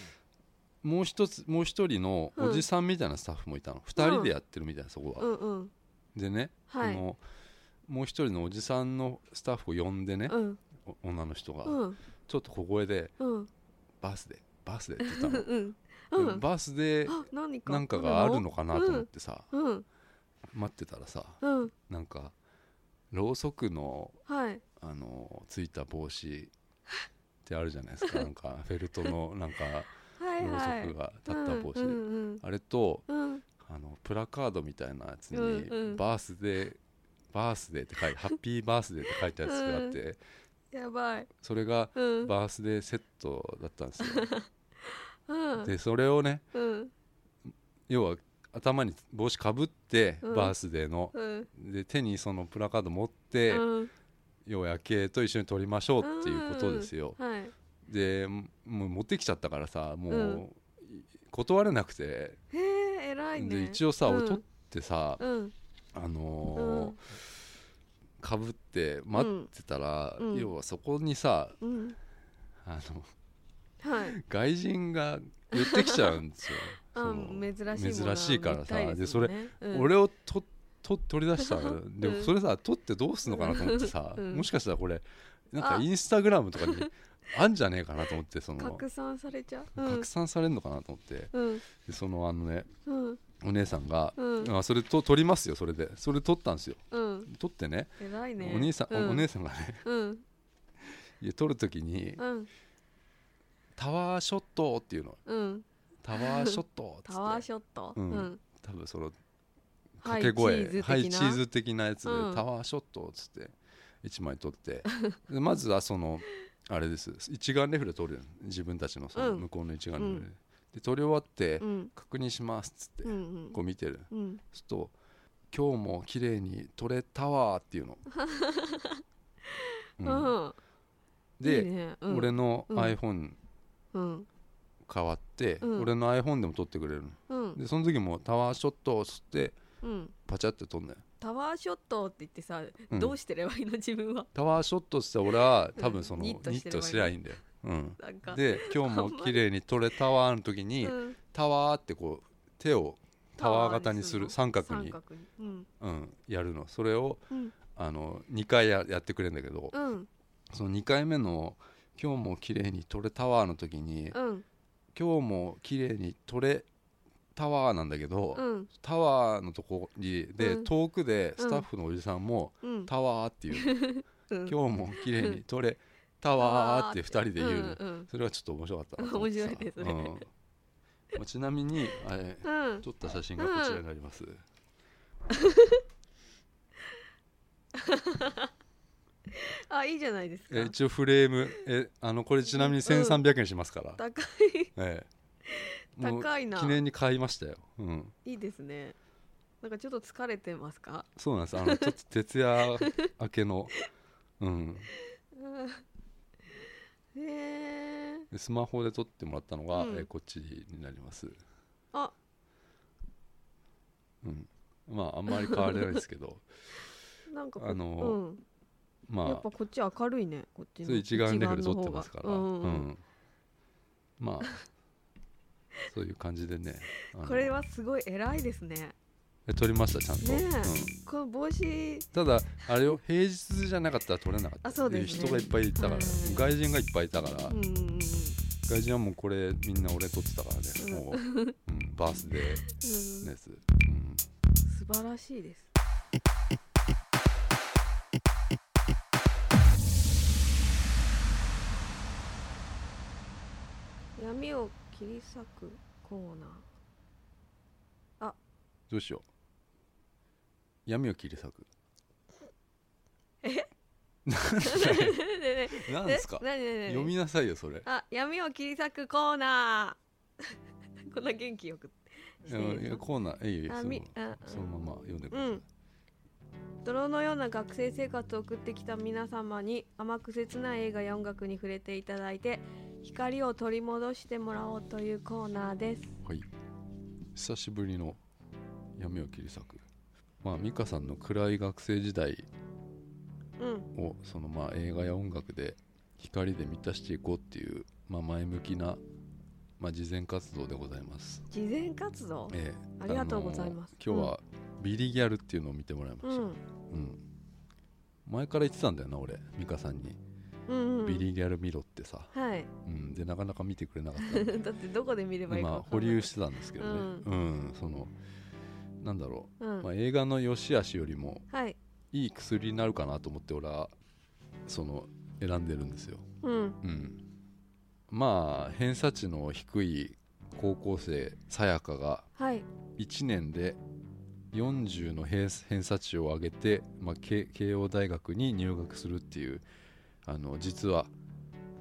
[SPEAKER 2] もう一つもう一人のおじさんみたいなスタッフもいたの、二人でやってるみたいなそこは、
[SPEAKER 1] うんうん
[SPEAKER 2] でね、
[SPEAKER 1] はい
[SPEAKER 2] このもう一人のおじさんのスタッフを呼んでね、
[SPEAKER 1] うん
[SPEAKER 2] お女の人が、
[SPEAKER 1] うん
[SPEAKER 2] ちょっと小声で
[SPEAKER 1] うん
[SPEAKER 2] 「バースデーバースデー」って言っ
[SPEAKER 1] う
[SPEAKER 2] た
[SPEAKER 1] ん
[SPEAKER 2] の、
[SPEAKER 1] うん
[SPEAKER 2] でもバースデー
[SPEAKER 1] あ何か
[SPEAKER 2] なんかがあるのかなと思ってさ、
[SPEAKER 1] うん
[SPEAKER 2] 待ってたらさ
[SPEAKER 1] うん
[SPEAKER 2] なんかろうそくの
[SPEAKER 1] はい
[SPEAKER 2] あのついた帽子ってあるじゃないですかなんかフェルトのなんか
[SPEAKER 1] は
[SPEAKER 2] ろ
[SPEAKER 1] いうはい
[SPEAKER 2] そくが立った帽子、
[SPEAKER 1] うんうん
[SPEAKER 2] あれと
[SPEAKER 1] うんうん
[SPEAKER 2] あのプラカードみたいなやつに、
[SPEAKER 1] うんうん
[SPEAKER 2] バースデーバースデーって書いてハッピーバースデーって書いてあるやつがあって、
[SPEAKER 1] やばい
[SPEAKER 2] それが
[SPEAKER 1] うん
[SPEAKER 2] バースデーセットだったんですよ、
[SPEAKER 1] うん
[SPEAKER 2] でそれをね
[SPEAKER 1] うん
[SPEAKER 2] 要は頭に帽子かぶって、
[SPEAKER 1] うん
[SPEAKER 2] バースデーの
[SPEAKER 1] うん
[SPEAKER 2] で手にそのプラカード持って、
[SPEAKER 1] うん
[SPEAKER 2] 要は夜景と一緒に撮りましょうっていうことですよ、
[SPEAKER 1] はい
[SPEAKER 2] でもう持ってきちゃったからさもう、
[SPEAKER 1] うん
[SPEAKER 2] 断れなくて、
[SPEAKER 1] へえ偉いね
[SPEAKER 2] で一応さ、俺撮ってさ、
[SPEAKER 1] うん
[SPEAKER 2] あの
[SPEAKER 1] うん
[SPEAKER 2] ーかぶって待ってたら、
[SPEAKER 1] うん
[SPEAKER 2] 要はそこにさ
[SPEAKER 1] うん
[SPEAKER 2] あの
[SPEAKER 1] はい
[SPEAKER 2] 外人が寄ってきちゃう んですよ
[SPEAKER 1] あ
[SPEAKER 2] その
[SPEAKER 1] 珍しいものは
[SPEAKER 2] 珍しいからさ
[SPEAKER 1] 見たい
[SPEAKER 2] ですそ
[SPEAKER 1] もん
[SPEAKER 2] れ、
[SPEAKER 1] ねうん
[SPEAKER 2] 俺をとと取り出し たので
[SPEAKER 1] う
[SPEAKER 2] も
[SPEAKER 1] ん
[SPEAKER 2] それさ撮ってどうすんのかなと思ってさ、
[SPEAKER 1] うん
[SPEAKER 2] もしかしたらこれなんか
[SPEAKER 1] あ
[SPEAKER 2] インスタグラムとかにあんじゃねえかなと思ってその
[SPEAKER 1] 拡散されちゃううん
[SPEAKER 2] 拡散されるのかなと思って
[SPEAKER 1] うん
[SPEAKER 2] でそのあのね
[SPEAKER 1] うん
[SPEAKER 2] お姉さんが「
[SPEAKER 1] うん
[SPEAKER 2] あそれと撮りますよそれでそれ撮ったんですよ
[SPEAKER 1] うん
[SPEAKER 2] 撮ってね
[SPEAKER 1] 偉いね
[SPEAKER 2] お兄さん、
[SPEAKER 1] う
[SPEAKER 2] おお姉
[SPEAKER 1] さ
[SPEAKER 2] さんがね
[SPEAKER 1] んうん
[SPEAKER 2] いや撮る時に
[SPEAKER 1] うん
[SPEAKER 2] 「タワーショット」っていうの
[SPEAKER 1] うん
[SPEAKER 2] 「タワーショット」っつ
[SPEAKER 1] タワー
[SPEAKER 2] って
[SPEAKER 1] ショット
[SPEAKER 2] う
[SPEAKER 1] うんん、
[SPEAKER 2] 多分その
[SPEAKER 1] は
[SPEAKER 2] 掛
[SPEAKER 1] い
[SPEAKER 2] け声
[SPEAKER 1] チーズ的な
[SPEAKER 2] はいチーズ的なやつで
[SPEAKER 1] う
[SPEAKER 2] 「
[SPEAKER 1] ん
[SPEAKER 2] タワーショット」っつって1枚撮ってでまずはそのあれです一眼レフで撮る自分たちのその
[SPEAKER 1] うん
[SPEAKER 2] 向こうの一眼レフで,、で撮り終わって
[SPEAKER 1] うん
[SPEAKER 2] 確認しますっつって、
[SPEAKER 1] うんう
[SPEAKER 2] こ
[SPEAKER 1] ん
[SPEAKER 2] う見てる
[SPEAKER 1] うん
[SPEAKER 2] そうすると「今日も綺麗に撮れたわ」っていうの、う ん
[SPEAKER 1] うん
[SPEAKER 2] で
[SPEAKER 1] いいねうん、
[SPEAKER 2] 俺の
[SPEAKER 1] うん
[SPEAKER 2] iPhone
[SPEAKER 1] うん
[SPEAKER 2] 変わって、
[SPEAKER 1] うん
[SPEAKER 2] 俺の iPhone でも撮ってくれる
[SPEAKER 1] う
[SPEAKER 2] の
[SPEAKER 1] ん
[SPEAKER 2] でその時もタワーショットを吸って
[SPEAKER 1] うん
[SPEAKER 2] パチャって撮んだよ
[SPEAKER 1] タワーショットって言ってさ、
[SPEAKER 2] うん
[SPEAKER 1] どうしてればいいの自分は
[SPEAKER 2] タワーショットして俺は
[SPEAKER 1] うん
[SPEAKER 2] 多分その、
[SPEAKER 1] ニ
[SPEAKER 2] ニ
[SPEAKER 1] ットしてれ
[SPEAKER 2] ッ
[SPEAKER 1] ばい
[SPEAKER 2] ト
[SPEAKER 1] い
[SPEAKER 2] してりゃいいんだよ、うん、
[SPEAKER 1] なんか
[SPEAKER 2] で今日も綺麗に撮れたわーの時に、
[SPEAKER 1] うん
[SPEAKER 2] タワーってこう手をタワー型にす
[SPEAKER 1] タ
[SPEAKER 2] る
[SPEAKER 1] ワー
[SPEAKER 2] 三角
[SPEAKER 1] 三
[SPEAKER 2] に
[SPEAKER 1] 角にうん
[SPEAKER 2] うん、やるのそれを
[SPEAKER 1] うん
[SPEAKER 2] あの2回ややってくれるんだけど、
[SPEAKER 1] うん
[SPEAKER 2] その2回目の「今日も綺麗に撮れたわ」の時に
[SPEAKER 1] うん
[SPEAKER 2] 「今日も綺麗に撮れたわ」なんだけど、
[SPEAKER 1] うん
[SPEAKER 2] タワーのとこにで、
[SPEAKER 1] うん
[SPEAKER 2] 遠くでスタッフのおじさんも
[SPEAKER 1] う
[SPEAKER 2] 「
[SPEAKER 1] ん
[SPEAKER 2] タワー」っ ていう
[SPEAKER 1] うん
[SPEAKER 2] 「今日も綺麗に撮れたわ」って2人で言う、
[SPEAKER 1] うんうん
[SPEAKER 2] それはちょっと面白かったなと思っ
[SPEAKER 1] 面
[SPEAKER 2] てさ
[SPEAKER 1] 白いですね
[SPEAKER 2] うんまあちなみにあれ
[SPEAKER 1] うん
[SPEAKER 2] 撮った写真がこちらになります、
[SPEAKER 1] あいいじゃないですか
[SPEAKER 2] え一応フレームえあのこれちなみに1300円しますから、
[SPEAKER 1] 高い
[SPEAKER 2] ええもう
[SPEAKER 1] 高いな
[SPEAKER 2] 記念に買いましたよ、うん、
[SPEAKER 1] いいですねなんかちょっと疲れてますか
[SPEAKER 2] そうなんですあのちょっと徹夜明けの、うん、
[SPEAKER 1] へえ
[SPEAKER 2] でスマホで撮ってもらったのが、
[SPEAKER 1] うん
[SPEAKER 2] えこっちになります、
[SPEAKER 1] あ
[SPEAKER 2] うん、まああんまり変わらないです けど
[SPEAKER 1] なんかこ
[SPEAKER 2] あの
[SPEAKER 1] うんや
[SPEAKER 2] ま
[SPEAKER 1] っ
[SPEAKER 2] あ
[SPEAKER 1] ぱこっち明るいねこっちの
[SPEAKER 2] それ一眼レフで撮ってますから、
[SPEAKER 1] 一眼の方がうんうん
[SPEAKER 2] うんまあそういう感じでねあの
[SPEAKER 1] これはすごい偉いですね
[SPEAKER 2] え撮りましたちゃんと、
[SPEAKER 1] ねえ
[SPEAKER 2] うん
[SPEAKER 1] この帽子
[SPEAKER 2] ただあれを平日じゃなかったら取れなかった
[SPEAKER 1] あそうですね
[SPEAKER 2] 人がいっぱいいたから、
[SPEAKER 1] はい
[SPEAKER 2] 外人がいっぱいいたから、
[SPEAKER 1] うんうんうん
[SPEAKER 2] 外人はもうこれみんな俺取ってたからね、
[SPEAKER 1] うん
[SPEAKER 2] もう、うん、バースデー
[SPEAKER 1] うん
[SPEAKER 2] のやつ、うん、
[SPEAKER 1] 素晴らしいです闇を切り裂くコーナー
[SPEAKER 2] どうしよう闇を切り裂く
[SPEAKER 1] ねえ
[SPEAKER 2] なん
[SPEAKER 1] ねえ
[SPEAKER 2] ですか
[SPEAKER 1] え 何何何
[SPEAKER 2] 読みなさいよそれ
[SPEAKER 1] あ闇を切り裂くコーナー こんな元気よくしていい
[SPEAKER 2] いや
[SPEAKER 1] の
[SPEAKER 2] コーナーえいえいえ
[SPEAKER 1] あ
[SPEAKER 2] そ
[SPEAKER 1] み
[SPEAKER 2] の
[SPEAKER 1] あ
[SPEAKER 2] そのまま読んでください、
[SPEAKER 1] うん泥のような学生生活を送ってきた皆様に甘く切ない映画や音楽に触れていただいて光を取り戻してもらおうというコーナーです
[SPEAKER 2] はい久しぶりの闇を切り裂くまあ美香さんの暗い学生時代
[SPEAKER 1] うん
[SPEAKER 2] をそのまあ映画や音楽で光で満たしていこうっていう、まあ、前向きな、まあ、慈善活動でございます、
[SPEAKER 1] 慈善活動
[SPEAKER 2] ええ
[SPEAKER 1] ありがとうございます
[SPEAKER 2] あのー今日はビリギャルっていうのを見てもらいました、
[SPEAKER 1] う
[SPEAKER 2] うんん前から言ってたんだよな俺美香さんに、
[SPEAKER 1] うんうん
[SPEAKER 2] ビリギャル見ろってさ、
[SPEAKER 1] はい
[SPEAKER 2] うん、でなかなか見てくれなかったんで
[SPEAKER 1] だってどこで見ればいいか
[SPEAKER 2] ま
[SPEAKER 1] わか
[SPEAKER 2] あ保
[SPEAKER 1] んない
[SPEAKER 2] 留してたんですけどね
[SPEAKER 1] う
[SPEAKER 2] うん、そのなんだろ
[SPEAKER 1] うん
[SPEAKER 2] う、まあ、映画の良し悪しよりも
[SPEAKER 1] はい
[SPEAKER 2] いい薬になるかなと思って俺はその選んでるんですよ
[SPEAKER 1] うん
[SPEAKER 2] うん、まあ偏差値の低い高校生さやかが
[SPEAKER 1] はい
[SPEAKER 2] 1年で40の偏偏差値を上げて、まあ、慶慶応大学に入学するっていうあの実は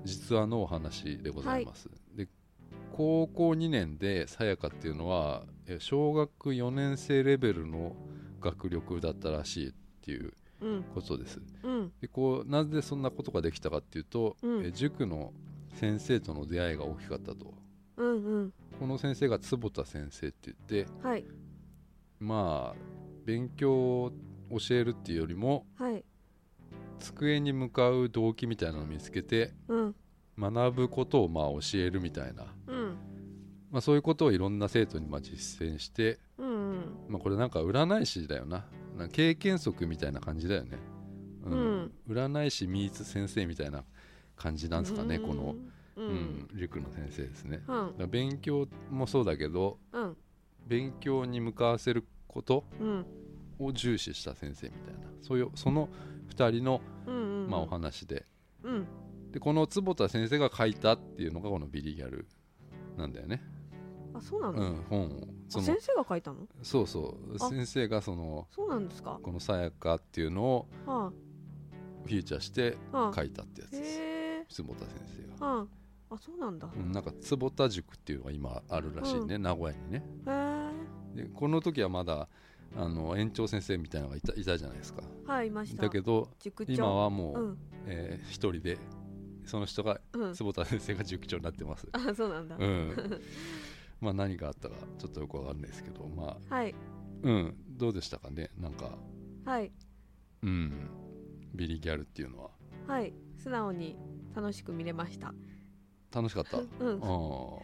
[SPEAKER 2] 実はのお話でございます、で高校2年でさやかっていうのはえ小学4年生レベルの学力だったらしいっていう
[SPEAKER 1] うん
[SPEAKER 2] ことです
[SPEAKER 1] うん
[SPEAKER 2] でこうなぜそんなことができたかっていうと、
[SPEAKER 1] うん
[SPEAKER 2] え塾の先生との出会いが大きかったと
[SPEAKER 1] うんうん
[SPEAKER 2] この先生が坪田先生って言って
[SPEAKER 1] はい
[SPEAKER 2] まあ勉強を教えるっていうよりも
[SPEAKER 1] はい
[SPEAKER 2] 机に向かう動機みたいなのを見つけて
[SPEAKER 1] うん
[SPEAKER 2] 学ぶことをまあ教えるみたいな、
[SPEAKER 1] うん
[SPEAKER 2] まあ、そういうことをいろんな生徒にまあ実践して、
[SPEAKER 1] うんうん
[SPEAKER 2] まあ、これなんか占い師だよななんか経験則みたいな感じだよね、
[SPEAKER 1] うん
[SPEAKER 2] 占い師ミーツ先生みたいな感じなんですかねこの
[SPEAKER 1] う
[SPEAKER 2] うんん、塾の先生ですね。だか
[SPEAKER 1] うん
[SPEAKER 2] ら勉強もそうだけど
[SPEAKER 1] うん
[SPEAKER 2] 勉強に向かわせること
[SPEAKER 1] うん
[SPEAKER 2] を重視した先生みたいなそういうその2人の、
[SPEAKER 1] うんうん
[SPEAKER 2] まあ、お話で,、
[SPEAKER 1] うん
[SPEAKER 2] でこの坪田先生が書いたっていうのがこのビリギャルなんだよね、
[SPEAKER 1] あそうな
[SPEAKER 2] う
[SPEAKER 1] の、あ
[SPEAKER 2] ん、本をその
[SPEAKER 1] 先生が書いたの
[SPEAKER 2] そうそう
[SPEAKER 1] あ
[SPEAKER 2] 先生がその
[SPEAKER 1] そうなんですか
[SPEAKER 2] このさやかっていうのを
[SPEAKER 1] は
[SPEAKER 2] フィーチャーして
[SPEAKER 1] あはあ
[SPEAKER 2] 書いたってやつです
[SPEAKER 1] へえ
[SPEAKER 2] 坪田先生が。
[SPEAKER 1] はああそうなんだ、
[SPEAKER 2] うんなんか坪田塾っていうのが今あるらしいね、名古屋にね
[SPEAKER 1] へ
[SPEAKER 2] でこの時はまだあの園長先生みたいなのがいたいたじゃないですか
[SPEAKER 1] えはいいまし
[SPEAKER 2] い
[SPEAKER 1] た
[SPEAKER 2] たけど
[SPEAKER 1] 塾長
[SPEAKER 2] 今はもう、
[SPEAKER 1] うん
[SPEAKER 2] えー一人でその人が
[SPEAKER 1] うん
[SPEAKER 2] 坪田先生が塾長になってます
[SPEAKER 1] あそうなんだ、
[SPEAKER 2] うん まあ何があったかちょっとよくわかんないですけどまあ
[SPEAKER 1] はい
[SPEAKER 2] うんどうでしたかねなんか
[SPEAKER 1] はい
[SPEAKER 2] うんビリギャルっていうのは
[SPEAKER 1] はい素直に楽しく見れました
[SPEAKER 2] 楽し かったあ
[SPEAKER 1] うん
[SPEAKER 2] あ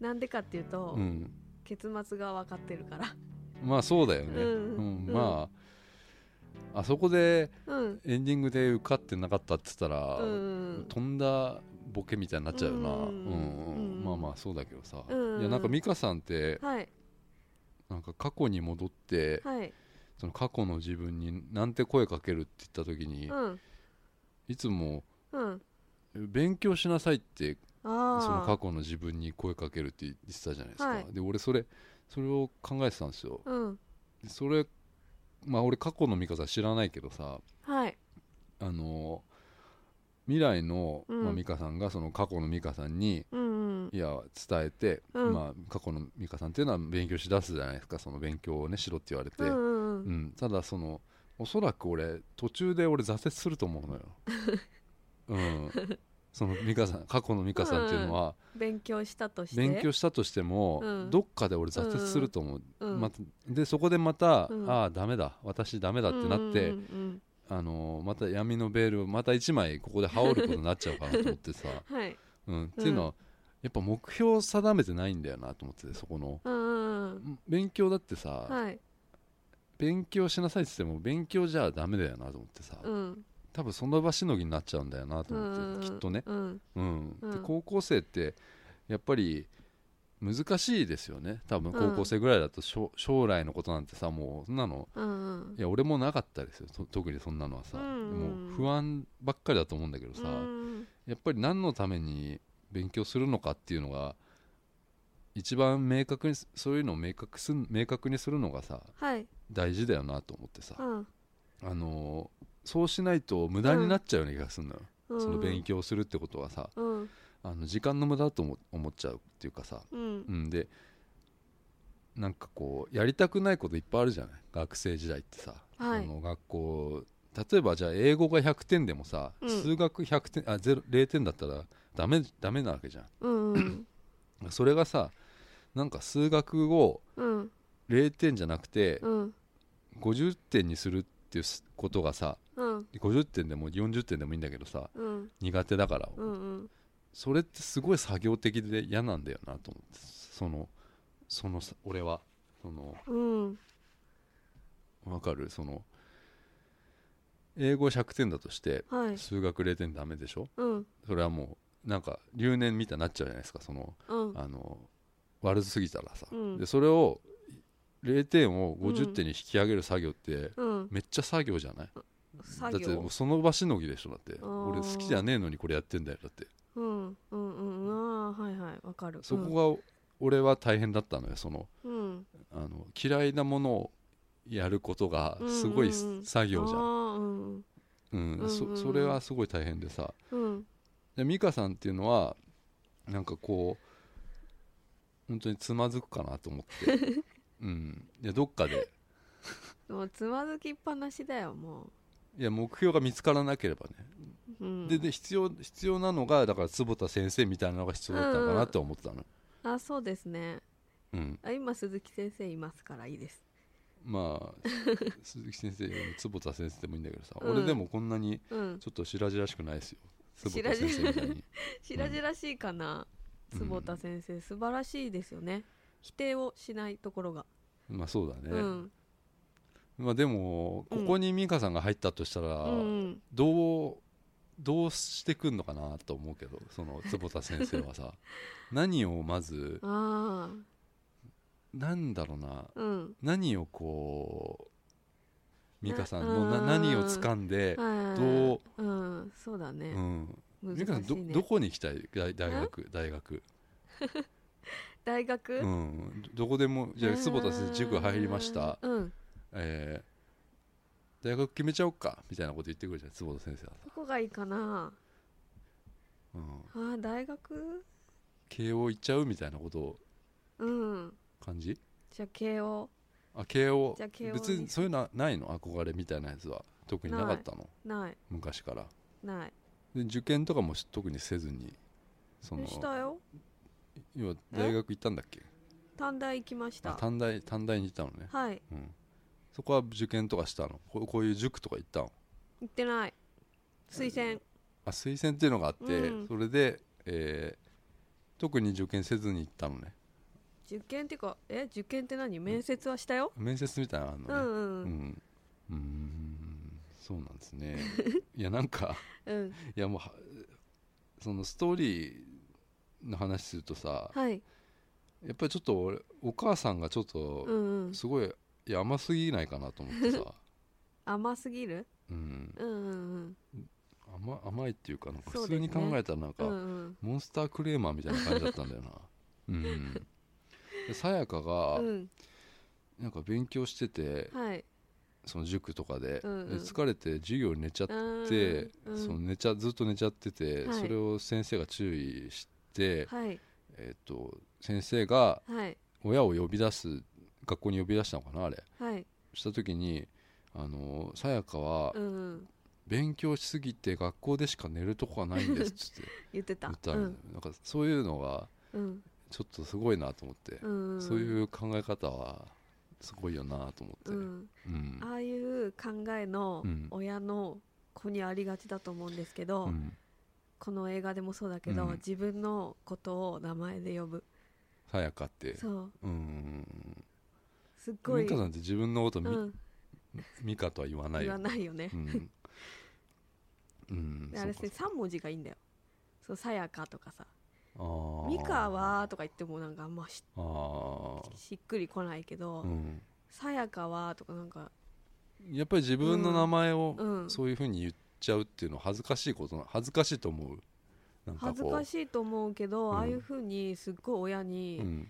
[SPEAKER 1] なんでかっていうと、
[SPEAKER 2] うん
[SPEAKER 1] 結末が分かってるから
[SPEAKER 2] まあそうだよね、
[SPEAKER 1] うん
[SPEAKER 2] う
[SPEAKER 1] うんん
[SPEAKER 2] まああそこで
[SPEAKER 1] うん
[SPEAKER 2] エンディングで受かってなかったっつったら、
[SPEAKER 1] うん
[SPEAKER 2] 飛んだボケみたいになっちゃうよな、う
[SPEAKER 1] うんん
[SPEAKER 2] うん
[SPEAKER 1] うん
[SPEAKER 2] まあまあそうだけどさ、
[SPEAKER 1] うん
[SPEAKER 2] いやなんか美香さんって
[SPEAKER 1] はい
[SPEAKER 2] なんか過去に戻って、
[SPEAKER 1] はい
[SPEAKER 2] その過去の自分になんて声かけるって言った時に、
[SPEAKER 1] うん
[SPEAKER 2] いつも
[SPEAKER 1] うん
[SPEAKER 2] 勉強しなさいって
[SPEAKER 1] ああ
[SPEAKER 2] その過去の自分に声かけるって言ってたじゃないですか、
[SPEAKER 1] はい
[SPEAKER 2] で俺それそれを考えてたんですよ
[SPEAKER 1] うん
[SPEAKER 2] でそれまあ俺過去の見方知らないけどさ
[SPEAKER 1] はい
[SPEAKER 2] あの未来の、
[SPEAKER 1] うん
[SPEAKER 2] まあ、美香さんがその過去の美香さんに
[SPEAKER 1] うんうん
[SPEAKER 2] いや伝えて、
[SPEAKER 1] うん
[SPEAKER 2] まあ、過去の美香さんっていうのは勉強しだすじゃないですかその勉強をねしろって言われて、
[SPEAKER 1] うんうんうん
[SPEAKER 2] うんただそのおそらく俺途中で俺挫折すると思う のよ、うん、その美香さん過去の美香さんっていうのは
[SPEAKER 1] 勉強したとして
[SPEAKER 2] 勉強したとしても、
[SPEAKER 1] うん
[SPEAKER 2] どっかで俺挫折すると思う、
[SPEAKER 1] うん
[SPEAKER 2] また、でそこでまた、
[SPEAKER 1] うん
[SPEAKER 2] ああダメだ私ダメだってなって、
[SPEAKER 1] うんうん
[SPEAKER 2] あのーまた闇のベールをまた一枚ここで羽織ることになっちゃうかなと思ってさ、
[SPEAKER 1] うんはい
[SPEAKER 2] うん、っていうのはやっぱ目標を定めてないんだよなと思っててそこの
[SPEAKER 1] うんうん
[SPEAKER 2] 勉強だってさ、
[SPEAKER 1] うんはい
[SPEAKER 2] 勉強しなさいって言っても勉強じゃダメだよなと思ってさ、
[SPEAKER 1] うん
[SPEAKER 2] 多分その場しのぎになっちゃうんだよなと思って、
[SPEAKER 1] うん
[SPEAKER 2] きっとね、
[SPEAKER 1] うん
[SPEAKER 2] うん
[SPEAKER 1] うん
[SPEAKER 2] で高校生ってやっぱり難しいですよね多分高校生ぐらいだとしょ、将来のことなんてさもうそんなの
[SPEAKER 1] うんうん
[SPEAKER 2] いや俺もなかったですよと特にそんなのはさ、
[SPEAKER 1] うん
[SPEAKER 2] もう不安ばっかりだと思うんだけどさ、
[SPEAKER 1] うん
[SPEAKER 2] やっぱり何のために勉強するのかっていうのが一番明確にそういうのを明確す明確にするのがさ
[SPEAKER 1] はい
[SPEAKER 2] 大事だよなと思ってさ、
[SPEAKER 1] うん
[SPEAKER 2] あのーそうしないと無駄になっちゃうような気がするのよ、
[SPEAKER 1] うん
[SPEAKER 2] その勉強するってことはさ
[SPEAKER 1] うん
[SPEAKER 2] あの時間の無駄だと思思っちゃうっていうかさ、
[SPEAKER 1] うん
[SPEAKER 2] うん、でなんかこうやりたくないこといっぱいあるじゃない学生時代ってさ、
[SPEAKER 1] はい
[SPEAKER 2] あの学校例えばじゃあ英語が100点でもさ、
[SPEAKER 1] うん
[SPEAKER 2] 数学100点あ0 0点だったらダメダメなわけじゃ
[SPEAKER 1] うんうん
[SPEAKER 2] んそれがさなんか数学を
[SPEAKER 1] うん
[SPEAKER 2] 0点じゃなくて
[SPEAKER 1] うん
[SPEAKER 2] 50点にするっていうことがさ
[SPEAKER 1] うん
[SPEAKER 2] 50点でも40点でもいいんだけどさ
[SPEAKER 1] うん
[SPEAKER 2] 苦手だから、
[SPEAKER 1] うん
[SPEAKER 2] それってすごい作業的で嫌なんだよなと思ってそのそのさ俺はその
[SPEAKER 1] うん
[SPEAKER 2] わかるその英語100点だとして
[SPEAKER 1] はい
[SPEAKER 2] 数学0点ダメでしょ
[SPEAKER 1] うん
[SPEAKER 2] それはもうなんか留年みたいになっちゃうじゃないですかその
[SPEAKER 1] うん
[SPEAKER 2] あの悪すぎたらさ、
[SPEAKER 1] うん
[SPEAKER 2] でそれを0点を50点に引き上げる作業って
[SPEAKER 1] うん
[SPEAKER 2] めっちゃ作業じゃない、
[SPEAKER 1] 作
[SPEAKER 2] だって
[SPEAKER 1] 業
[SPEAKER 2] もうその場しのぎでしょだって
[SPEAKER 1] ー
[SPEAKER 2] 俺好きじゃねえのにこれやってんだよだって
[SPEAKER 1] うんうんうんああはいはいわかる
[SPEAKER 2] そこが俺は大変だったのよその
[SPEAKER 1] がうん
[SPEAKER 2] あの嫌いなものをやることが
[SPEAKER 1] うん
[SPEAKER 2] すごい
[SPEAKER 1] うんうん
[SPEAKER 2] 作業じゃ
[SPEAKER 1] ああ
[SPEAKER 2] ん、
[SPEAKER 1] うん
[SPEAKER 2] うん
[SPEAKER 1] うんうんう
[SPEAKER 2] そ
[SPEAKER 1] ん
[SPEAKER 2] それはすごい大変でさ
[SPEAKER 1] うん
[SPEAKER 2] で美香さんっていうのはなんかこう本当につまずくかなと思って うんいやどっかで
[SPEAKER 1] もうつまずきっぱなしだよも
[SPEAKER 2] いや目標が見つからなければね、
[SPEAKER 1] う、うん、
[SPEAKER 2] でで必要必要なのがだから坪田先生みたいなのが必要だったのかなって思ってたの、
[SPEAKER 1] あそうですね
[SPEAKER 2] うん、
[SPEAKER 1] あ今鈴木先生いますからいいです
[SPEAKER 2] まあ鈴木先生よりも坪田先生でもいいんだけどさ、
[SPEAKER 1] うん
[SPEAKER 2] 俺でもこんなに
[SPEAKER 1] うん
[SPEAKER 2] ちょっと白々しくないですよ坪
[SPEAKER 1] 白
[SPEAKER 2] 田
[SPEAKER 1] 々
[SPEAKER 2] 先生みたいに
[SPEAKER 1] 白々しいかな、
[SPEAKER 2] うん
[SPEAKER 1] 坪田先生素晴らしいですよね否定をしないところが、
[SPEAKER 2] まあそうだね、
[SPEAKER 1] うん
[SPEAKER 2] まあでもここに美香さんが入ったとしたら、
[SPEAKER 1] うんうん
[SPEAKER 2] どうどうしてくんのかなと思うけどその坪田先生 はさ何をまず
[SPEAKER 1] あ
[SPEAKER 2] なんだろうな
[SPEAKER 1] あうん
[SPEAKER 2] 何をこう美香さんの
[SPEAKER 1] な
[SPEAKER 2] な
[SPEAKER 1] うん
[SPEAKER 2] 何を掴んで、
[SPEAKER 1] はい
[SPEAKER 2] ど
[SPEAKER 1] うんそうだね
[SPEAKER 2] うん、
[SPEAKER 1] 難
[SPEAKER 2] 美香さん
[SPEAKER 1] しい
[SPEAKER 2] ど
[SPEAKER 1] ね
[SPEAKER 2] どこに行きたい大大学大学
[SPEAKER 1] 大学、
[SPEAKER 2] うんどどこでもじゃあ坪田先生塾入りました
[SPEAKER 1] うん
[SPEAKER 2] えー大学決めちゃおうかみたいなこと言ってくるじゃん坪田先生は、
[SPEAKER 1] どこがいいかな
[SPEAKER 2] うん、
[SPEAKER 1] あー大学
[SPEAKER 2] 慶応行っちゃうみたいなことを
[SPEAKER 1] うん
[SPEAKER 2] 感じ
[SPEAKER 1] じゃあ慶応
[SPEAKER 2] あ慶応
[SPEAKER 1] じゃあ慶応に
[SPEAKER 2] 別にそういうのはないの憧れみたいなやつは特になかったの
[SPEAKER 1] ない
[SPEAKER 2] 昔から
[SPEAKER 1] ない
[SPEAKER 2] で受験とかもし特にせずにその
[SPEAKER 1] したよ
[SPEAKER 2] 要は大学行ったんだっけ
[SPEAKER 1] 短大行きまし
[SPEAKER 2] あ
[SPEAKER 1] た
[SPEAKER 2] 短大短大に行ったのね、
[SPEAKER 1] はい
[SPEAKER 2] うん、そこは受験とかしたのこうこういう塾とか行ったの
[SPEAKER 1] 行ってない推薦
[SPEAKER 2] あ推薦っていうのがあって、
[SPEAKER 1] うん
[SPEAKER 2] それで、えー特に受験せずに行ったのね
[SPEAKER 1] 受験っていうかえ受験って何面接はしたよ
[SPEAKER 2] 面接みたいなのある
[SPEAKER 1] う
[SPEAKER 2] の
[SPEAKER 1] ん
[SPEAKER 2] ね
[SPEAKER 1] う
[SPEAKER 2] うんんうーんそうなんですねいやなんか
[SPEAKER 1] うん
[SPEAKER 2] いやもうはそのストーリーの話するとさ
[SPEAKER 1] はい
[SPEAKER 2] やっぱりちょっと俺お母さんがちょっと
[SPEAKER 1] うんうん
[SPEAKER 2] すごい,、いや甘すぎないかなと思って さ、
[SPEAKER 1] 甘すぎる
[SPEAKER 2] うん、
[SPEAKER 1] うんうん
[SPEAKER 2] 甘甘いっていうかなんか
[SPEAKER 1] そ
[SPEAKER 2] 普
[SPEAKER 1] うで
[SPEAKER 2] 通
[SPEAKER 1] すね
[SPEAKER 2] に考えたらなん
[SPEAKER 1] う
[SPEAKER 2] か、
[SPEAKER 1] んうん
[SPEAKER 2] モンスタークレーマーみたいな感じだったん だよなうんでさやかが
[SPEAKER 1] うんうん
[SPEAKER 2] なんか勉強してて、
[SPEAKER 1] はい
[SPEAKER 2] その塾とかで,で、
[SPEAKER 1] うんうん
[SPEAKER 2] 疲れて授業に寝ちゃっ
[SPEAKER 1] うん
[SPEAKER 2] て、
[SPEAKER 1] うん
[SPEAKER 2] その寝ちゃずっと寝ちゃってて、
[SPEAKER 1] はい
[SPEAKER 2] それを先生が注意して、
[SPEAKER 1] はい
[SPEAKER 2] えっと先生が
[SPEAKER 1] はい
[SPEAKER 2] 親を呼び出す学校に呼び出したのかなあれ
[SPEAKER 1] はい
[SPEAKER 2] した時にあのさやかは
[SPEAKER 1] うんうん
[SPEAKER 2] 勉強しすぎて学校でしか寝るとこがないんですっつって
[SPEAKER 1] 言ってた
[SPEAKER 2] 言った
[SPEAKER 1] う
[SPEAKER 2] のよ
[SPEAKER 1] ん
[SPEAKER 2] なんかそういうのが
[SPEAKER 1] うん
[SPEAKER 2] ちょっとすごいなと思って、
[SPEAKER 1] うんん
[SPEAKER 2] そういう考え方はすごいよなと思って、
[SPEAKER 1] う
[SPEAKER 2] うん
[SPEAKER 1] んああいう考えの
[SPEAKER 2] うん
[SPEAKER 1] 親の子にありがちだと思うんですけど、
[SPEAKER 2] うん
[SPEAKER 1] この映画でもそうだけど、
[SPEAKER 2] うん
[SPEAKER 1] 自分のことを名前で呼ぶ
[SPEAKER 2] さやかって
[SPEAKER 1] そう
[SPEAKER 2] うん
[SPEAKER 1] すっご
[SPEAKER 2] 美
[SPEAKER 1] い、
[SPEAKER 2] 香さんって自分のことみ
[SPEAKER 1] うん、
[SPEAKER 2] 美香、とは言わない
[SPEAKER 1] 言
[SPEAKER 2] よ
[SPEAKER 1] わないよね
[SPEAKER 2] う、ん、うん、
[SPEAKER 1] であれ
[SPEAKER 2] そうか
[SPEAKER 1] 3文字がいいんだよそうさやかとかさ
[SPEAKER 2] あー
[SPEAKER 1] 美香はとか言ってもなんかあんまし
[SPEAKER 2] あー
[SPEAKER 1] しっくりこないけど
[SPEAKER 2] うん
[SPEAKER 1] さやかはとかなんか
[SPEAKER 2] やっぱり自分の名前
[SPEAKER 1] う
[SPEAKER 2] を
[SPEAKER 1] ん
[SPEAKER 2] そういうふうに言っちゃうっていうのは恥ずかしいことな恥ずかしいと思うなんかこう
[SPEAKER 1] 恥ずかしいと思うけど、
[SPEAKER 2] うん
[SPEAKER 1] ああいうふうにすっごい親
[SPEAKER 2] う
[SPEAKER 1] に
[SPEAKER 2] ん、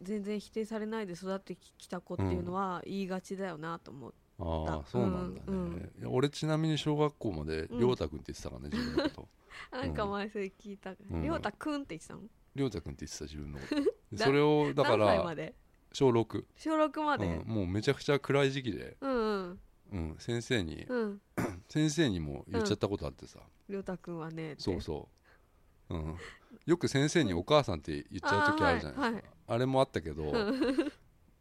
[SPEAKER 1] 全然否定されないで育ってきた子っていうのは言いがちだよなと思う、
[SPEAKER 2] ああそうなんだね、
[SPEAKER 1] うんうん
[SPEAKER 2] いや俺ちなみに小学校まで
[SPEAKER 1] うん
[SPEAKER 2] 亮太君って言ってたからね、自分のこと
[SPEAKER 1] あなんか前それ聞いた
[SPEAKER 2] うん
[SPEAKER 1] りょうたくんって言ってたの
[SPEAKER 2] 亮太君って言ってた自分のこと で
[SPEAKER 1] だ
[SPEAKER 2] それをだか
[SPEAKER 1] 何歳ま
[SPEAKER 2] ら
[SPEAKER 1] で
[SPEAKER 2] 小6、
[SPEAKER 1] 小6ま
[SPEAKER 2] う
[SPEAKER 1] で、
[SPEAKER 2] ん、もうめちゃくちゃ暗い時期で、
[SPEAKER 1] うんうん
[SPEAKER 2] うん、先生に、
[SPEAKER 1] うん
[SPEAKER 2] 先生にも言っちゃったことあってさ、
[SPEAKER 1] りょうたくんはねって
[SPEAKER 2] そうそう、うん、よく先生にお母さんって言っちゃう時あるじゃないですかあ,、
[SPEAKER 1] あーはいはい
[SPEAKER 2] れもあったけど、
[SPEAKER 1] うん
[SPEAKER 2] う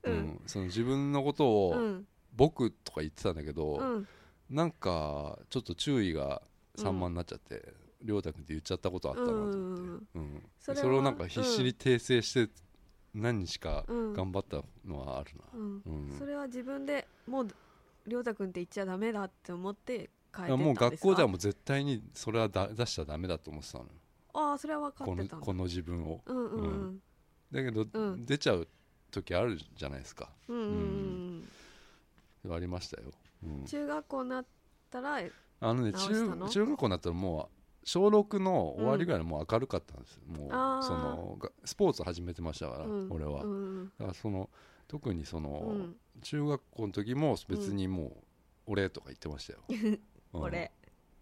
[SPEAKER 1] うん
[SPEAKER 2] ん、その自分のことを、
[SPEAKER 1] うん
[SPEAKER 2] 僕とか言ってたんだけ
[SPEAKER 1] う
[SPEAKER 2] ど、
[SPEAKER 1] ん
[SPEAKER 2] なんかちょっと注意が散漫になっちゃって亮太君って言っちゃったことあったなと思って、
[SPEAKER 1] うんうん
[SPEAKER 2] うん
[SPEAKER 1] そ
[SPEAKER 2] そ
[SPEAKER 1] れは
[SPEAKER 2] れをなんか必死に訂正して何日か
[SPEAKER 1] うん
[SPEAKER 2] 頑張ったのはある
[SPEAKER 1] う
[SPEAKER 2] な、
[SPEAKER 1] ん
[SPEAKER 2] うん
[SPEAKER 1] それは自分でもうりょうたくんって言っちゃダメだって思って変えてたんですか
[SPEAKER 2] もう学校ではもう絶対にそれはだ出しちゃダメだと思ってたのよ
[SPEAKER 1] ああそれは分か
[SPEAKER 2] こ
[SPEAKER 1] って
[SPEAKER 2] の
[SPEAKER 1] たんだ
[SPEAKER 2] この自分を
[SPEAKER 1] うんうんう
[SPEAKER 2] うんだけど、
[SPEAKER 1] うん
[SPEAKER 2] 出ちゃう時あるじゃないですか
[SPEAKER 1] うんうんうん
[SPEAKER 2] ありましたよ、うん
[SPEAKER 1] 中学校になったら
[SPEAKER 2] あのね
[SPEAKER 1] 直したの
[SPEAKER 2] 中中学校になったらもう小6の終わりぐらいにもう明るかったんですよ、も
[SPEAKER 1] あー
[SPEAKER 2] うそのがスポーツ始めてましたから、
[SPEAKER 1] うん
[SPEAKER 2] 俺は、
[SPEAKER 1] う
[SPEAKER 2] だ
[SPEAKER 1] ん
[SPEAKER 2] からその特にその、
[SPEAKER 1] うん
[SPEAKER 2] 中学校の時も別にもう俺とか言ってましたよ、うん
[SPEAKER 1] 俺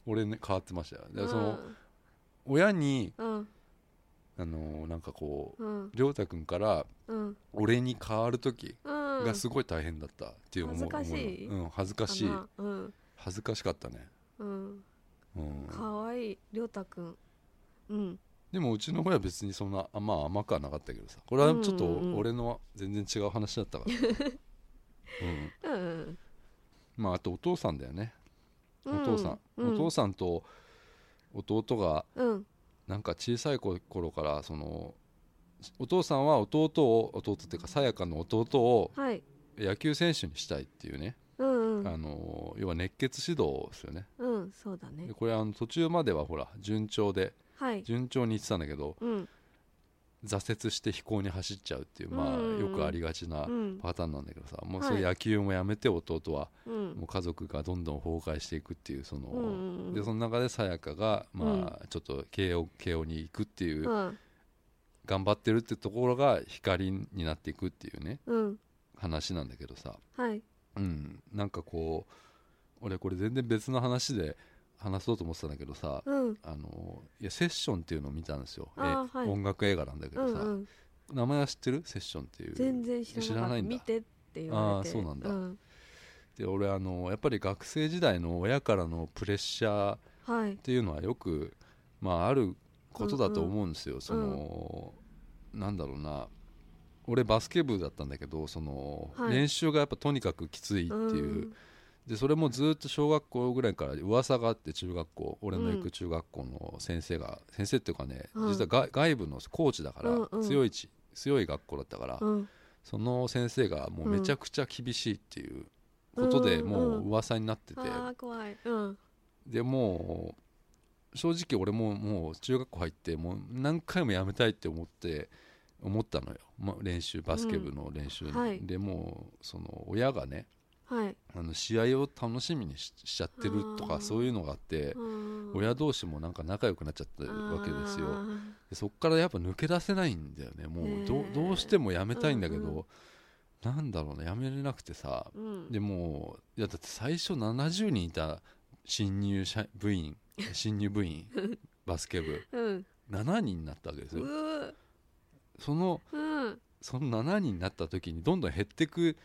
[SPEAKER 2] 俺ね変わってましたよだからその
[SPEAKER 1] うん
[SPEAKER 2] 親に
[SPEAKER 1] うん
[SPEAKER 2] あのーなんかこう
[SPEAKER 1] うん
[SPEAKER 2] 亮太君から
[SPEAKER 1] うん
[SPEAKER 2] 俺に変わる時
[SPEAKER 1] うん
[SPEAKER 2] がすごい大変だったっていう思う、
[SPEAKER 1] 恥ずかしい
[SPEAKER 2] 思ううん、恥ずかし
[SPEAKER 1] か
[SPEAKER 2] い
[SPEAKER 1] なうん
[SPEAKER 2] 恥ずかしかったね、
[SPEAKER 1] うん
[SPEAKER 2] うん、
[SPEAKER 1] かわいいりょうたくんうん
[SPEAKER 2] でもうちの親は別にそんなあまあ甘くはなかったけどさこれはちょっと
[SPEAKER 1] うんうんうん
[SPEAKER 2] 俺の全然違う話だったか ら、う
[SPEAKER 1] う
[SPEAKER 2] ん、
[SPEAKER 1] んうん
[SPEAKER 2] まああとお父さんだよね、
[SPEAKER 1] う
[SPEAKER 2] お父さん、
[SPEAKER 1] う
[SPEAKER 2] お父さんと弟が
[SPEAKER 1] うん
[SPEAKER 2] なんか小さい頃からそのお父さんは弟を弟っていうかさやかの弟を
[SPEAKER 1] はい
[SPEAKER 2] 野球選手にしたいっていうね、
[SPEAKER 1] うんう
[SPEAKER 2] あ
[SPEAKER 1] ん
[SPEAKER 2] の要は熱血指導ですよね
[SPEAKER 1] うんそうだね
[SPEAKER 2] でこれあの途中まではほら順調で
[SPEAKER 1] はい
[SPEAKER 2] 順調に言ってたんだけど
[SPEAKER 1] うん
[SPEAKER 2] 挫折して飛行に走っちゃうっていう、まあ、
[SPEAKER 1] うん
[SPEAKER 2] よくありがちな
[SPEAKER 1] うん
[SPEAKER 2] パターンなんだけどさ、もう
[SPEAKER 1] はい
[SPEAKER 2] それ野球もやめて弟は
[SPEAKER 1] うん
[SPEAKER 2] もう家族がどんどん崩壊していくっていうその、
[SPEAKER 1] うんうんうん
[SPEAKER 2] でその中でさやかが、まあ、ちょっと慶応慶応に行くっていう、
[SPEAKER 1] うん
[SPEAKER 2] 頑張ってるってところが光になっていくっていうね
[SPEAKER 1] うん
[SPEAKER 2] 話なんだけどさ、
[SPEAKER 1] はい
[SPEAKER 2] うん、なんかこう俺これ全然別の話で話そうと思ってたんだけどさ、
[SPEAKER 1] うん
[SPEAKER 2] あのいやセッションっていうのを見たんですよ、
[SPEAKER 1] あー
[SPEAKER 2] え
[SPEAKER 1] はい
[SPEAKER 2] 音楽映画なんだけ
[SPEAKER 1] う
[SPEAKER 2] ど
[SPEAKER 1] ん
[SPEAKER 2] さ、
[SPEAKER 1] うん
[SPEAKER 2] 名前は知ってるセッションっていう
[SPEAKER 1] 全然知らなかった
[SPEAKER 2] 知らないんだ
[SPEAKER 1] 見てって言われて
[SPEAKER 2] あーそうなんだ
[SPEAKER 1] ん、
[SPEAKER 2] で俺あのやっぱり学生時代の親からのプレッシャーっ
[SPEAKER 1] はい
[SPEAKER 2] ていうのはよく、まあ、あることだと思うんですよ、そ
[SPEAKER 1] うん
[SPEAKER 2] の、なんだろうな俺バスケ部だったんだけどその、
[SPEAKER 1] はい
[SPEAKER 2] 練習がやっぱとにかくきついっていう、
[SPEAKER 1] うん
[SPEAKER 2] でそれもずっと小学校ぐらいから噂があって中学校俺の行く中学校の先生が、先生っていうかね、
[SPEAKER 1] うん
[SPEAKER 2] 実は外外部のコーチだから、
[SPEAKER 1] うんうん
[SPEAKER 2] 強いち強い学校だったから、
[SPEAKER 1] うん
[SPEAKER 2] その先生がもうめちゃくちゃ厳しいっていうことで
[SPEAKER 1] うん
[SPEAKER 2] もう噂になってて、
[SPEAKER 1] ああ怖いうん
[SPEAKER 2] でもう正直俺ももう中学校入ってもう何回もやめたいって思って思ったのよ、まあ、練習バスケ部の練習に、
[SPEAKER 1] はい
[SPEAKER 2] でもうその親がね
[SPEAKER 1] はい
[SPEAKER 2] あの試合を楽しみにししちゃってると
[SPEAKER 1] あー
[SPEAKER 2] かそういうのがあって
[SPEAKER 1] 親
[SPEAKER 2] 親同士もなんか仲良くなっちゃってるわけですよ
[SPEAKER 1] あ
[SPEAKER 2] でそっからやっぱ抜け出せないんだよね
[SPEAKER 1] へ
[SPEAKER 2] も
[SPEAKER 1] ー
[SPEAKER 2] うどうどうしてもやめたいんだけど、
[SPEAKER 1] うんうん
[SPEAKER 2] なんだろうねやめれなくてさ
[SPEAKER 1] ーうん
[SPEAKER 2] でもういやだって最初70人いた新入社 部員新入部員バスケ部
[SPEAKER 1] うん
[SPEAKER 2] 7人になったわけです
[SPEAKER 1] う
[SPEAKER 2] よ
[SPEAKER 1] ー
[SPEAKER 2] その
[SPEAKER 1] うん
[SPEAKER 2] その7人になった時にどんどん減ってく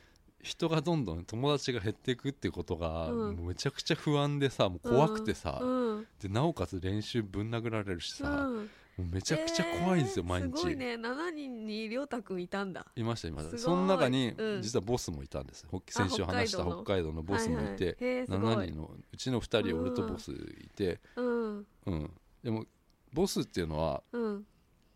[SPEAKER 2] 人がどんどん友達が減っていくってことが、
[SPEAKER 1] うん
[SPEAKER 2] もうめちゃくちゃ不安でさもう怖くてさ、
[SPEAKER 1] うん
[SPEAKER 2] でなおかつ練習ぶん殴られるしさ、も
[SPEAKER 1] うん
[SPEAKER 2] うめちゃくちゃ怖いんですよ、
[SPEAKER 1] えー
[SPEAKER 2] 毎日
[SPEAKER 1] すごいね7人にりょうたくんいたんだ
[SPEAKER 2] いましたいまし
[SPEAKER 1] すご
[SPEAKER 2] た
[SPEAKER 1] い
[SPEAKER 2] その中に、
[SPEAKER 1] うん
[SPEAKER 2] 実はボスもいたんですほ
[SPEAKER 1] あ
[SPEAKER 2] 先週話した
[SPEAKER 1] 北海道
[SPEAKER 2] 北
[SPEAKER 1] の
[SPEAKER 2] 海道のボスもいて、
[SPEAKER 1] はいはいへーすごい
[SPEAKER 2] 7人のうちの2人
[SPEAKER 1] うん
[SPEAKER 2] 俺とボスいて、
[SPEAKER 1] うん
[SPEAKER 2] うんでもボスっていうのは
[SPEAKER 1] うん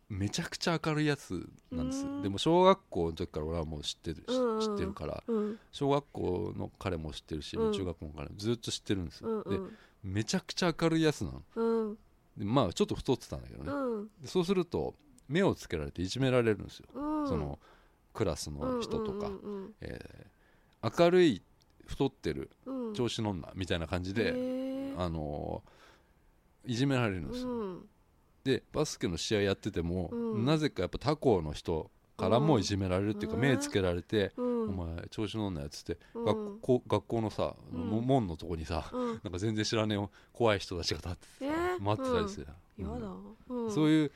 [SPEAKER 2] めちゃくちゃ明るいやつなんです
[SPEAKER 1] うん
[SPEAKER 2] でも小学校の時から俺はもう知ってる、
[SPEAKER 1] う
[SPEAKER 2] し
[SPEAKER 1] んうん
[SPEAKER 2] 知ってるから
[SPEAKER 1] うん
[SPEAKER 2] 小学校の彼も知ってるし、
[SPEAKER 1] うん
[SPEAKER 2] 中学校の彼もずっと知ってるんです
[SPEAKER 1] うん
[SPEAKER 2] よ、
[SPEAKER 1] う
[SPEAKER 2] で
[SPEAKER 1] ん
[SPEAKER 2] めちゃくちゃ明るいやつなの
[SPEAKER 1] うん
[SPEAKER 2] でまあちょっと太ってたんだけどね、
[SPEAKER 1] うん
[SPEAKER 2] でそうすると目をつけられていじめられるんですよ、
[SPEAKER 1] うん
[SPEAKER 2] そのクラスの人とか、
[SPEAKER 1] うんうん
[SPEAKER 2] えー明るい太ってる
[SPEAKER 1] うんうん
[SPEAKER 2] 調子乗んなみたいな感じ
[SPEAKER 1] へ
[SPEAKER 2] で、
[SPEAKER 1] ー
[SPEAKER 2] あのーいじめられるんですよ、
[SPEAKER 1] うん
[SPEAKER 2] でバスケの試合やってても、
[SPEAKER 1] うん
[SPEAKER 2] なぜかやっぱ他校の人からもいじめられるっていうか、
[SPEAKER 1] うん
[SPEAKER 2] 目つけられて、
[SPEAKER 1] うん
[SPEAKER 2] お前調子乗んなやつって、
[SPEAKER 1] うん
[SPEAKER 2] 学校学校のさ、
[SPEAKER 1] うん
[SPEAKER 2] も門のとこにさ、
[SPEAKER 1] うん
[SPEAKER 2] なんか全然知らねえ怖い人たちが立っててさ、
[SPEAKER 1] えー
[SPEAKER 2] 待ってたりする、
[SPEAKER 1] や
[SPEAKER 2] うん
[SPEAKER 1] だうん
[SPEAKER 2] そういう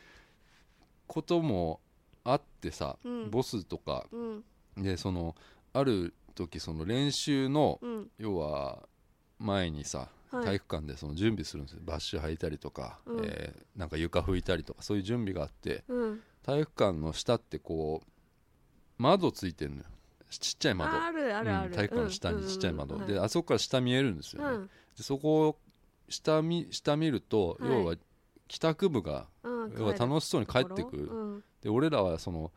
[SPEAKER 2] こともあってさ、
[SPEAKER 1] うん
[SPEAKER 2] ボスとか
[SPEAKER 1] うん
[SPEAKER 2] でそのある時その練習の
[SPEAKER 1] うん
[SPEAKER 2] 要は前にさ、
[SPEAKER 1] はい
[SPEAKER 2] 体育館でその準備するんですよバッシュ履いたりとか、
[SPEAKER 1] うん
[SPEAKER 2] えーなんか床拭いたりとかそういう準備があって
[SPEAKER 1] うん
[SPEAKER 2] 体育館の下ってこう窓ついてるのよちっちゃい窓
[SPEAKER 1] あるあるあ
[SPEAKER 2] うん
[SPEAKER 1] る
[SPEAKER 2] 体育館の下にちっちゃい窓、
[SPEAKER 1] うんうんうん
[SPEAKER 2] で
[SPEAKER 1] はい
[SPEAKER 2] あそこから下見えるんですよね、でそこを下見下見ると、
[SPEAKER 1] はい
[SPEAKER 2] 要は帰宅部が
[SPEAKER 1] うんうん
[SPEAKER 2] 要は楽しそうに帰ってくる、
[SPEAKER 1] うん
[SPEAKER 2] で俺らはその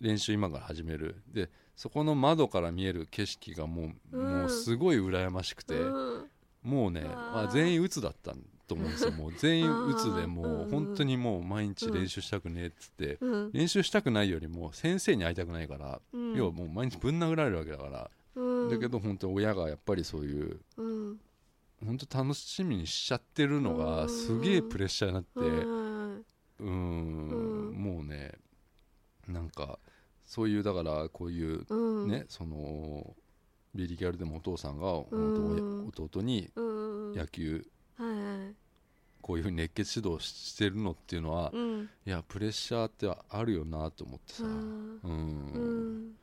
[SPEAKER 2] 練習今から始めるでそこの窓から見える景色がもう,、
[SPEAKER 1] うん
[SPEAKER 2] もうすごい羨ましくて、
[SPEAKER 1] うん
[SPEAKER 2] もうね
[SPEAKER 1] うわー
[SPEAKER 2] あ全員鬱だったと思うんですよ もう全員鬱で
[SPEAKER 1] あーうん
[SPEAKER 2] も
[SPEAKER 1] う
[SPEAKER 2] うん本当にもう毎日練習したくねえっつって、
[SPEAKER 1] うん
[SPEAKER 2] 練習したくないよりも先生に会いたくないから、
[SPEAKER 1] うん
[SPEAKER 2] 要はもう毎日ぶん殴られるわけだから、
[SPEAKER 1] うん
[SPEAKER 2] だけど本当親がやっぱりそういう
[SPEAKER 1] うん
[SPEAKER 2] 本当楽しみにしちゃってるのがすげえプレッシャーになって。
[SPEAKER 1] うん
[SPEAKER 2] うーん
[SPEAKER 1] うん
[SPEAKER 2] もうねなんかそういうだからこういう
[SPEAKER 1] うん
[SPEAKER 2] ね、そのビリギャルでもお父さんが本当
[SPEAKER 1] うん
[SPEAKER 2] 弟に
[SPEAKER 1] うんうんうん
[SPEAKER 2] 野球
[SPEAKER 1] はいはい
[SPEAKER 2] こういうふうに熱血指導してるのっていうのは、い
[SPEAKER 1] うん
[SPEAKER 2] やプレッシャーってあるよなと思ってさ
[SPEAKER 1] あ
[SPEAKER 2] う
[SPEAKER 1] ー
[SPEAKER 2] ん、
[SPEAKER 1] うん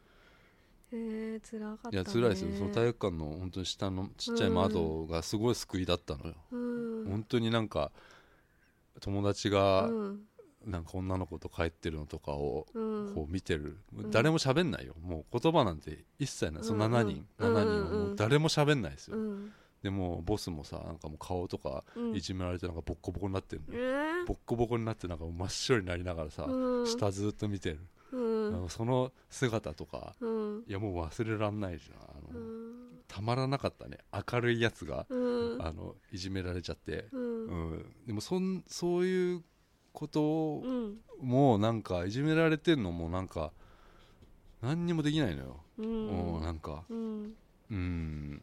[SPEAKER 1] えー、辛かった、ね、
[SPEAKER 2] いや辛いですよその体育館の本当に下のちっちゃい窓がすごい救いだったのよ、
[SPEAKER 1] うん
[SPEAKER 2] 本当になんか友達が
[SPEAKER 1] うん
[SPEAKER 2] なんか女の子と帰ってるのとかを
[SPEAKER 1] うん
[SPEAKER 2] こう見てる、
[SPEAKER 1] ん
[SPEAKER 2] 誰も喋んないよもう言葉なんて一切ないその
[SPEAKER 1] うんうん
[SPEAKER 2] 7人、7人は
[SPEAKER 1] うんうんうん
[SPEAKER 2] もう誰も喋んないですよ、
[SPEAKER 1] うん
[SPEAKER 2] でもうボスもさなんかもう顔とか
[SPEAKER 1] うん
[SPEAKER 2] いじめられてなんかボッコボコになってる
[SPEAKER 1] え
[SPEAKER 2] の、
[SPEAKER 1] ー
[SPEAKER 2] ボッコボコになってなんか真っ白になりながらさ、
[SPEAKER 1] うん
[SPEAKER 2] 下ずっと見てる、
[SPEAKER 1] うん
[SPEAKER 2] なんかその姿とか
[SPEAKER 1] うん
[SPEAKER 2] いやもう忘れらんないじゃんあ
[SPEAKER 1] う
[SPEAKER 2] の、
[SPEAKER 1] ん
[SPEAKER 2] たまらなかったね明るいやつが、
[SPEAKER 1] うん
[SPEAKER 2] あのいじめられちゃって、
[SPEAKER 1] うん
[SPEAKER 2] うんでもそんそういうこと
[SPEAKER 1] うん
[SPEAKER 2] ももなんかいじめられてんのもなんか何にもできないのよ、
[SPEAKER 1] う
[SPEAKER 2] うん
[SPEAKER 1] ん
[SPEAKER 2] なんか
[SPEAKER 1] うん
[SPEAKER 2] うん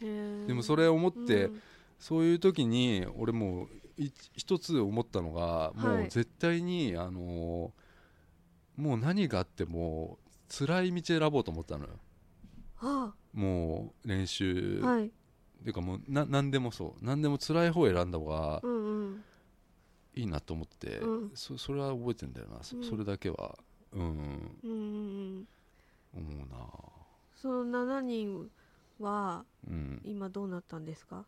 [SPEAKER 1] へー
[SPEAKER 2] でもそれを思って、
[SPEAKER 1] うん
[SPEAKER 2] そういう時に俺もうい一つ思ったの
[SPEAKER 1] は
[SPEAKER 2] が、も
[SPEAKER 1] いう
[SPEAKER 2] 絶対にあのもう何があっても辛い道選ぼうと思ったのよ
[SPEAKER 1] あ
[SPEAKER 2] もう練習、、
[SPEAKER 1] はいい
[SPEAKER 2] ていうかもうな何でもそう何でも辛い方を選んだ方が
[SPEAKER 1] うんうん
[SPEAKER 2] いいなと思って、
[SPEAKER 1] うん
[SPEAKER 2] そそれは覚えてんだよなそ,、
[SPEAKER 1] うん
[SPEAKER 2] れだけはうん
[SPEAKER 1] うんうんうん
[SPEAKER 2] 思うな
[SPEAKER 1] その7人は
[SPEAKER 2] うん
[SPEAKER 1] 今どうなったんですか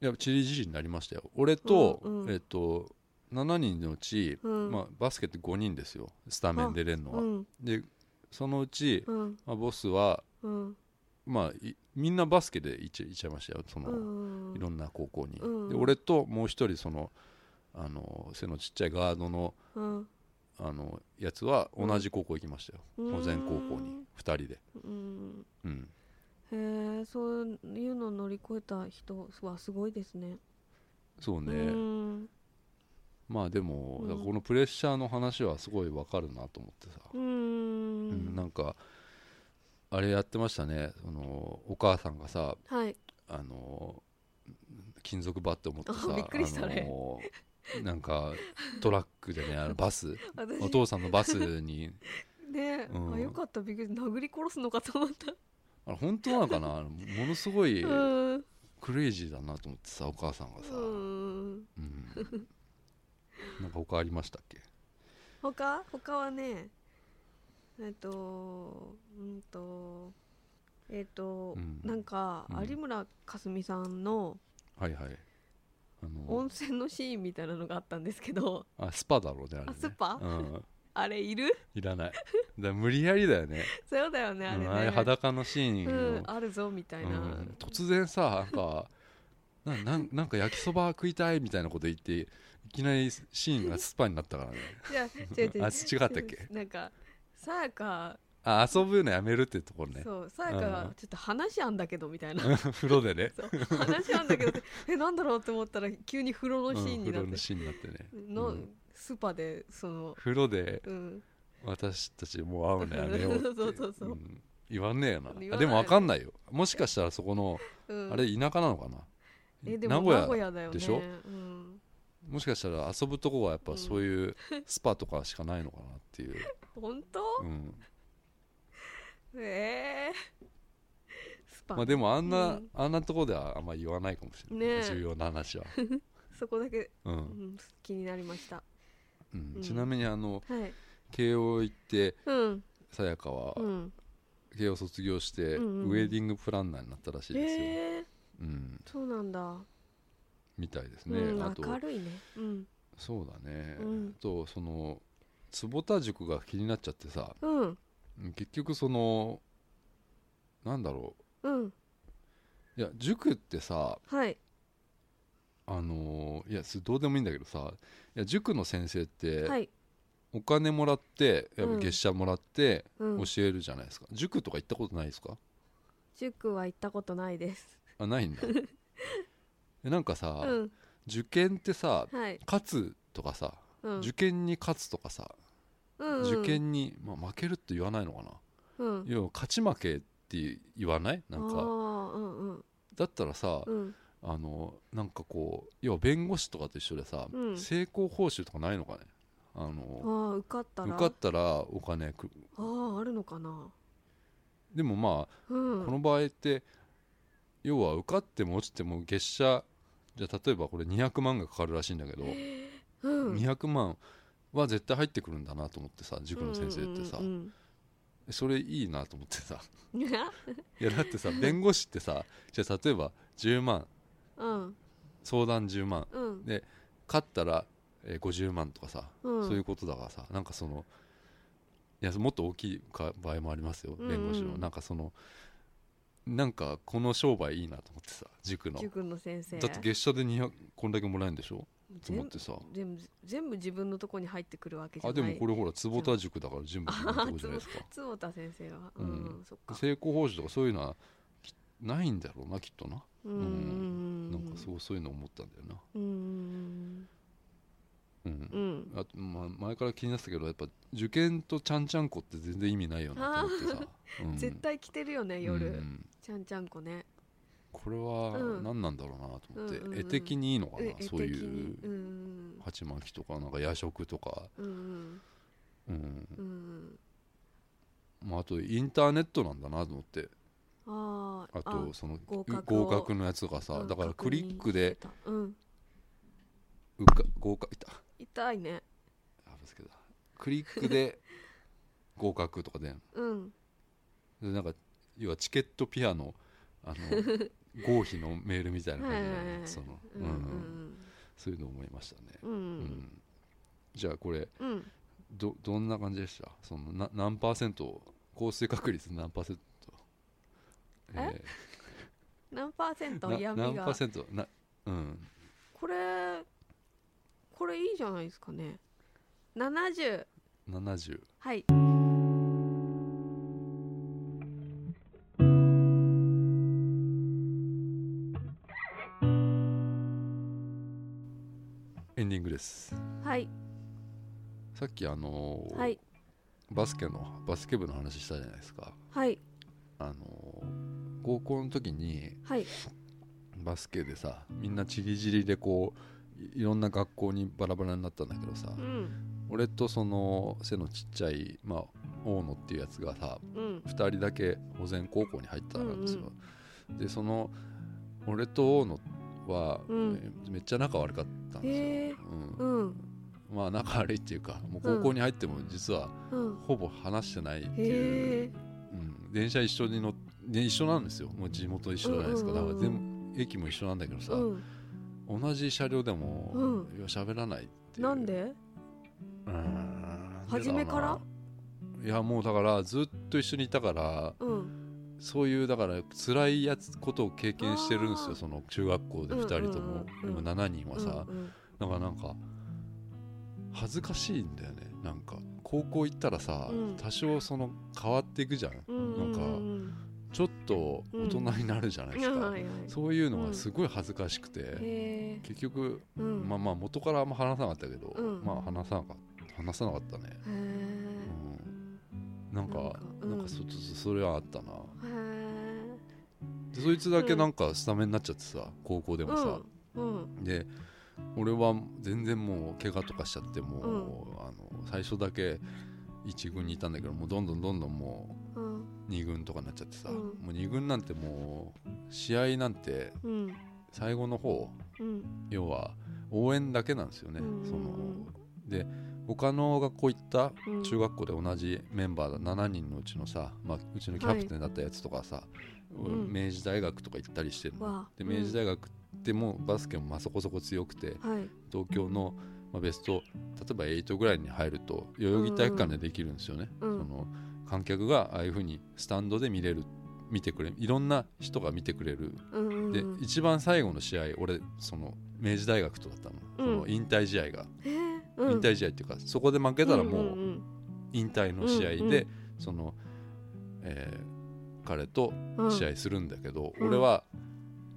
[SPEAKER 2] いやチリ自身になりましたよ俺と、
[SPEAKER 1] うんうん
[SPEAKER 2] えっと7人のうち、
[SPEAKER 1] うん
[SPEAKER 2] まあ、バスケって5人ですよスタメンで出れるのは、
[SPEAKER 1] うん
[SPEAKER 2] でそのうち、
[SPEAKER 1] うん
[SPEAKER 2] まあ、ボスは、
[SPEAKER 1] うん
[SPEAKER 2] まあ、いみんなバスケで行っちゃ行っちゃいましたよその、
[SPEAKER 1] うん
[SPEAKER 2] いろんな高校に、
[SPEAKER 1] うん
[SPEAKER 2] で俺ともう一人そのあの背のちっちゃいガードの
[SPEAKER 1] うん
[SPEAKER 2] あのやつは同じ高校行きましたよ
[SPEAKER 1] うん
[SPEAKER 2] 保全高校に2人で、
[SPEAKER 1] うん
[SPEAKER 2] うん、
[SPEAKER 1] へえそういうのを乗り越えた人はすごいですね
[SPEAKER 2] そうね、
[SPEAKER 1] うん
[SPEAKER 2] まあでも、
[SPEAKER 1] うん
[SPEAKER 2] だからこのプレッシャーの話はすごいわかるなと思ってさ、
[SPEAKER 1] う
[SPEAKER 2] うん
[SPEAKER 1] ん
[SPEAKER 2] なんかあれやってましたねそのお母さんがさ
[SPEAKER 1] はい
[SPEAKER 2] あの金属バット持って
[SPEAKER 1] あ
[SPEAKER 2] さ
[SPEAKER 1] びっくりしたね
[SPEAKER 2] あのなんかトラックでねあのバス
[SPEAKER 1] 私
[SPEAKER 2] お父さんのバス に
[SPEAKER 1] ねえ、
[SPEAKER 2] うん
[SPEAKER 1] あよかったびっくり殴り殺すのかと思った
[SPEAKER 2] あれ本当なのかなあのものすごい
[SPEAKER 1] うん
[SPEAKER 2] クレイジーだなと思ってさお母さんがさ、
[SPEAKER 1] うん
[SPEAKER 2] うんなんか他ありましたっけ
[SPEAKER 1] 他他はねえっとうんとえっと、
[SPEAKER 2] うん
[SPEAKER 1] なんか
[SPEAKER 2] うん
[SPEAKER 1] 有村架純さんの
[SPEAKER 2] はいはいあの
[SPEAKER 1] 温泉のシーンみたいなのがあったんですけど、
[SPEAKER 2] あスパだろうねあれね
[SPEAKER 1] あスパ
[SPEAKER 2] うん、
[SPEAKER 1] あれいる
[SPEAKER 2] いらないだから無理やりだよね
[SPEAKER 1] そうだよ ねあれ
[SPEAKER 2] う
[SPEAKER 1] ね、
[SPEAKER 2] んあれ裸のシーン
[SPEAKER 1] う
[SPEAKER 2] を、
[SPEAKER 1] んあるぞみたいな、
[SPEAKER 2] うん突然さなんかななんなんか焼きそば食いたいみたいなこと言っていきなりシーンがスパになったからね
[SPEAKER 1] じゃあ違う違う
[SPEAKER 2] あ違ったっけ
[SPEAKER 1] なんかさやか、
[SPEAKER 2] あ遊ぶのやめるってところね
[SPEAKER 1] そうさやか
[SPEAKER 2] う
[SPEAKER 1] が
[SPEAKER 2] ん
[SPEAKER 1] ちょっと話あんだけどみたいな
[SPEAKER 2] 風呂でね
[SPEAKER 1] そう話あんだけどってえなんだろうって思ったら急に風呂のシーン
[SPEAKER 2] う
[SPEAKER 1] に
[SPEAKER 2] ん
[SPEAKER 1] なっ
[SPEAKER 2] 風呂
[SPEAKER 1] て
[SPEAKER 2] の、シーンになってね
[SPEAKER 1] の、
[SPEAKER 2] うん
[SPEAKER 1] スパでその
[SPEAKER 2] 風呂で
[SPEAKER 1] うん
[SPEAKER 2] 私たちもう会うのやめようって
[SPEAKER 1] そうそうそう
[SPEAKER 2] うん言わんねえよな
[SPEAKER 1] 言わない
[SPEAKER 2] あでも分かんないよもしかしたらそこの、
[SPEAKER 1] うん
[SPEAKER 2] あれ田舎なのかな
[SPEAKER 1] えでも名古屋だよね
[SPEAKER 2] でしょ
[SPEAKER 1] うん、
[SPEAKER 2] もしかしたら遊ぶとこはやっぱそういうスパとかしかないのかなっていう、
[SPEAKER 1] 本当、
[SPEAKER 2] うん、
[SPEAKER 1] ええスパ、
[SPEAKER 2] まあでもあんな、
[SPEAKER 1] うん
[SPEAKER 2] あんなとこではあんま言わないかもしれない、
[SPEAKER 1] ねえ
[SPEAKER 2] 重要な 話は、
[SPEAKER 1] そこだけ、
[SPEAKER 2] う
[SPEAKER 1] うんん、気になりました
[SPEAKER 2] うん
[SPEAKER 1] うん
[SPEAKER 2] ちなみにあの
[SPEAKER 1] はい
[SPEAKER 2] 慶応行って
[SPEAKER 1] うん
[SPEAKER 2] さやかは
[SPEAKER 1] うん
[SPEAKER 2] 慶応卒業して、
[SPEAKER 1] うんうん
[SPEAKER 2] ウェディングプランナーになったらしいですよ、
[SPEAKER 1] ええ
[SPEAKER 2] うん、
[SPEAKER 1] そうなんだ、
[SPEAKER 2] みたいですね、
[SPEAKER 1] うん
[SPEAKER 2] あと
[SPEAKER 1] 明るいねうん
[SPEAKER 2] そうだね、
[SPEAKER 1] うん
[SPEAKER 2] あとその坪田塾が気になっちゃってさ
[SPEAKER 1] うん
[SPEAKER 2] 結局そのなんだろ
[SPEAKER 1] うん
[SPEAKER 2] ういや塾ってさ
[SPEAKER 1] はい
[SPEAKER 2] あのーいやそれどうでもいいんだけどさいや塾の先生って、
[SPEAKER 1] はい
[SPEAKER 2] お金もらってやっぱ
[SPEAKER 1] うん
[SPEAKER 2] 月謝もらって
[SPEAKER 1] うん
[SPEAKER 2] 教えるじゃないですか、塾とか行ったことないですか
[SPEAKER 1] 塾は行ったことないです
[SPEAKER 2] あな いんだえなんかさ、
[SPEAKER 1] うん
[SPEAKER 2] 受験ってさ
[SPEAKER 1] はい
[SPEAKER 2] 勝つとかさ、
[SPEAKER 1] うん
[SPEAKER 2] 受験に勝つとかさ、
[SPEAKER 1] うん
[SPEAKER 2] 受験に、まあ、負けるって言わないのかな、
[SPEAKER 1] うん
[SPEAKER 2] 要は勝ち負けって言わないなん
[SPEAKER 1] あ
[SPEAKER 2] か
[SPEAKER 1] ーうんうん
[SPEAKER 2] だったらさ、
[SPEAKER 1] うん
[SPEAKER 2] あのなんかこう要は弁護士とかと一緒でさ、
[SPEAKER 1] うん
[SPEAKER 2] 成功報酬とかないのかねあの
[SPEAKER 1] ああ受かったら
[SPEAKER 2] 受かったらお金く
[SPEAKER 1] あああるのかな
[SPEAKER 2] でもまあ
[SPEAKER 1] うん
[SPEAKER 2] この場合って要は受かっても落ちても月謝じゃあ例えばこれ200万がかかるらしいんだけど、
[SPEAKER 1] うん
[SPEAKER 2] 200万は絶対入ってくるんだなと思ってさ塾の先生ってさ、
[SPEAKER 1] うんうん
[SPEAKER 2] それいいなと思ってさ
[SPEAKER 1] うんうん
[SPEAKER 2] いやだってさ弁護士ってさじゃあ例えば10万
[SPEAKER 1] うん
[SPEAKER 2] 相談10万
[SPEAKER 1] うん
[SPEAKER 2] で勝ったらえー50万とかさ、
[SPEAKER 1] うん
[SPEAKER 2] そういうことだからさなんかそのいやもっと大きいか場合もありますよ
[SPEAKER 1] うんうん
[SPEAKER 2] 弁護士の、なんかそのなんかこの商売いいなと思ってさ塾の
[SPEAKER 1] 塾の先生
[SPEAKER 2] だって月謝で200こんだけもらえるんでしょと思ってさ
[SPEAKER 1] 全部全部自分のとこに入ってくるわけじゃ
[SPEAKER 2] あ
[SPEAKER 1] な
[SPEAKER 2] で
[SPEAKER 1] い
[SPEAKER 2] もこれほら坪田塾だから全部自分のとこじゃないですか
[SPEAKER 1] 坪田先生はう
[SPEAKER 2] うんん、
[SPEAKER 1] そっか
[SPEAKER 2] 成功報酬とかそういうのはきないんだろうなきっとな、
[SPEAKER 1] うんうん
[SPEAKER 2] なんかそうそういうの思ったんだよな
[SPEAKER 1] うんうんうん
[SPEAKER 2] うん
[SPEAKER 1] うん
[SPEAKER 2] あと、まあ、前から気になってたけどやっぱ受験とちゃんちゃんこって全然意味ないよなと思ってさ、うん
[SPEAKER 1] 絶対着てるよね夜、
[SPEAKER 2] うん
[SPEAKER 1] ちゃんちゃんこね
[SPEAKER 2] これは
[SPEAKER 1] うん
[SPEAKER 2] 何なんだろうなと思って、
[SPEAKER 1] うんうんうん
[SPEAKER 2] 絵的にいいのかな、
[SPEAKER 1] え絵的
[SPEAKER 2] そうい
[SPEAKER 1] に
[SPEAKER 2] う
[SPEAKER 1] うん
[SPEAKER 2] 鉢巻きとかなんか夜食とか、
[SPEAKER 1] うんうん
[SPEAKER 2] うん
[SPEAKER 1] うんうん
[SPEAKER 2] まあ、あとインターネットなんだなと思って
[SPEAKER 1] あー
[SPEAKER 2] あとその
[SPEAKER 1] 合格を
[SPEAKER 2] 合格のやつとかさ、
[SPEAKER 1] うん
[SPEAKER 2] だから
[SPEAKER 1] 確
[SPEAKER 2] ク
[SPEAKER 1] 認
[SPEAKER 2] リックで
[SPEAKER 1] してたうん
[SPEAKER 2] うか合格いた
[SPEAKER 1] 痛いね
[SPEAKER 2] あぶつけたクリッ クで合格とかで
[SPEAKER 1] うん
[SPEAKER 2] でなんか要はチケットピアのあ の合否のメールみたいな感じだよ
[SPEAKER 1] はいはい
[SPEAKER 2] ね
[SPEAKER 1] はい
[SPEAKER 2] その
[SPEAKER 1] う
[SPEAKER 2] うんん
[SPEAKER 1] う
[SPEAKER 2] うん
[SPEAKER 1] ん
[SPEAKER 2] そういうの思いましたね、
[SPEAKER 1] うんう
[SPEAKER 2] うん
[SPEAKER 1] ん
[SPEAKER 2] じゃあこれ
[SPEAKER 1] うん
[SPEAKER 2] どどんな感じでしたそのな何パーセント降水確率何パーセント
[SPEAKER 1] え何パーセン
[SPEAKER 2] ー
[SPEAKER 1] ト
[SPEAKER 2] な
[SPEAKER 1] 闇
[SPEAKER 2] 何パー
[SPEAKER 1] が
[SPEAKER 2] セントなうん
[SPEAKER 1] これこれいいじゃないですかね70
[SPEAKER 2] 70
[SPEAKER 1] はい
[SPEAKER 2] エンディングです
[SPEAKER 1] はい
[SPEAKER 2] さっきあのー
[SPEAKER 1] はい
[SPEAKER 2] バスケのバスケ部の話したじゃないですか
[SPEAKER 1] はい
[SPEAKER 2] あのー高校の時に
[SPEAKER 1] はい
[SPEAKER 2] バスケでさみんなちりぢりでこういいろんな学校にバラバラになったんだけどさ、
[SPEAKER 1] うん
[SPEAKER 2] 俺とその背のちっちゃい、まあ、大野っていうやつがさ
[SPEAKER 1] うん
[SPEAKER 2] 2人だけ保全高校に入ったんですよ、でその俺と大野は、
[SPEAKER 1] うん
[SPEAKER 2] えめっちゃ仲悪かったんですよ、
[SPEAKER 1] へえ
[SPEAKER 2] うん
[SPEAKER 1] うん
[SPEAKER 2] まあ仲悪いっていうかもう高校に入っても実は
[SPEAKER 1] うん
[SPEAKER 2] ほぼ話してないっていう、
[SPEAKER 1] へえ
[SPEAKER 2] うん、電車一緒に乗っ、ね、一緒なんですよもう地元一緒じゃないですか、
[SPEAKER 1] うんうんうんうん
[SPEAKER 2] だから全部駅も一緒なんだけどさ、
[SPEAKER 1] うん
[SPEAKER 2] 同じ車両でも、
[SPEAKER 1] う
[SPEAKER 2] いや喋らないっていう
[SPEAKER 1] なんで
[SPEAKER 2] うーん
[SPEAKER 1] 初めから
[SPEAKER 2] いやもうだからずっと一緒にいたから
[SPEAKER 1] うん
[SPEAKER 2] そういうだから辛いやつことを経験してるんです
[SPEAKER 1] あー
[SPEAKER 2] よその中学校で2人とも、
[SPEAKER 1] うんうんうん
[SPEAKER 2] でも7人はさ、
[SPEAKER 1] うん
[SPEAKER 2] だからなんか恥ずかしいんだよねなんか高校行ったらさ、
[SPEAKER 1] うん
[SPEAKER 2] 多少その変わっていくじゃん
[SPEAKER 1] うんうん
[SPEAKER 2] なんか
[SPEAKER 1] うん
[SPEAKER 2] ちょっと大人になるじゃないです
[SPEAKER 1] うん
[SPEAKER 2] か、
[SPEAKER 1] はいはい
[SPEAKER 2] そういうのがすごい恥ずかしくて、
[SPEAKER 1] へえ
[SPEAKER 2] 結局
[SPEAKER 1] うん
[SPEAKER 2] まあまあ元からあんま話さなかったけど、
[SPEAKER 1] うん
[SPEAKER 2] まあ話さなか話さなかったね、
[SPEAKER 1] へえ
[SPEAKER 2] うん、なんか
[SPEAKER 1] なんかうん
[SPEAKER 2] なんかそそそれはあったな
[SPEAKER 1] へえ
[SPEAKER 2] でそいつだけなんかスタメンになっちゃってさ高校でもさ、
[SPEAKER 1] うんうん
[SPEAKER 2] で俺は全然もう怪我とかしちゃってもう、あの最初だけ1軍にいたんだけどもうどんどんどんどんも
[SPEAKER 1] うん
[SPEAKER 2] う2軍とかになっちゃってさ、
[SPEAKER 1] うん
[SPEAKER 2] もう2軍なんてもう試合なんて
[SPEAKER 1] うん
[SPEAKER 2] 最後の方
[SPEAKER 1] うん
[SPEAKER 2] 要は応援だけなんですよね、
[SPEAKER 1] うん
[SPEAKER 2] その
[SPEAKER 1] うん
[SPEAKER 2] で他の学校行った
[SPEAKER 1] うん
[SPEAKER 2] 中学校で同じメンバーだ7人のうちのさ、まあ、うちのキャプテンだったやつとかさ、
[SPEAKER 1] ん
[SPEAKER 2] 明治大学とか行ったりしてるの、
[SPEAKER 1] わあ
[SPEAKER 2] で明治大学ってもうバスケもまあそこそこ強くて
[SPEAKER 1] うんはい
[SPEAKER 2] 東京のまあベスト例えば8ぐらいに入ると代々木体育館でできるんですよね、
[SPEAKER 1] うん
[SPEAKER 2] その観客がああいう風にスタンドで見れる見てくれるいろんな人が見てくれる
[SPEAKER 1] うんうん
[SPEAKER 2] で
[SPEAKER 1] うん
[SPEAKER 2] 一番最後の試合俺その明治大学とだったの,、
[SPEAKER 1] うん
[SPEAKER 2] その引退試合が、
[SPEAKER 1] へえうん
[SPEAKER 2] 引退試合っていうかそこで負けたらもう、
[SPEAKER 1] んん
[SPEAKER 2] 引退の試合で、
[SPEAKER 1] うんうん
[SPEAKER 2] その、えー彼と
[SPEAKER 1] うん
[SPEAKER 2] 試合するんだけど、
[SPEAKER 1] うん
[SPEAKER 2] 俺は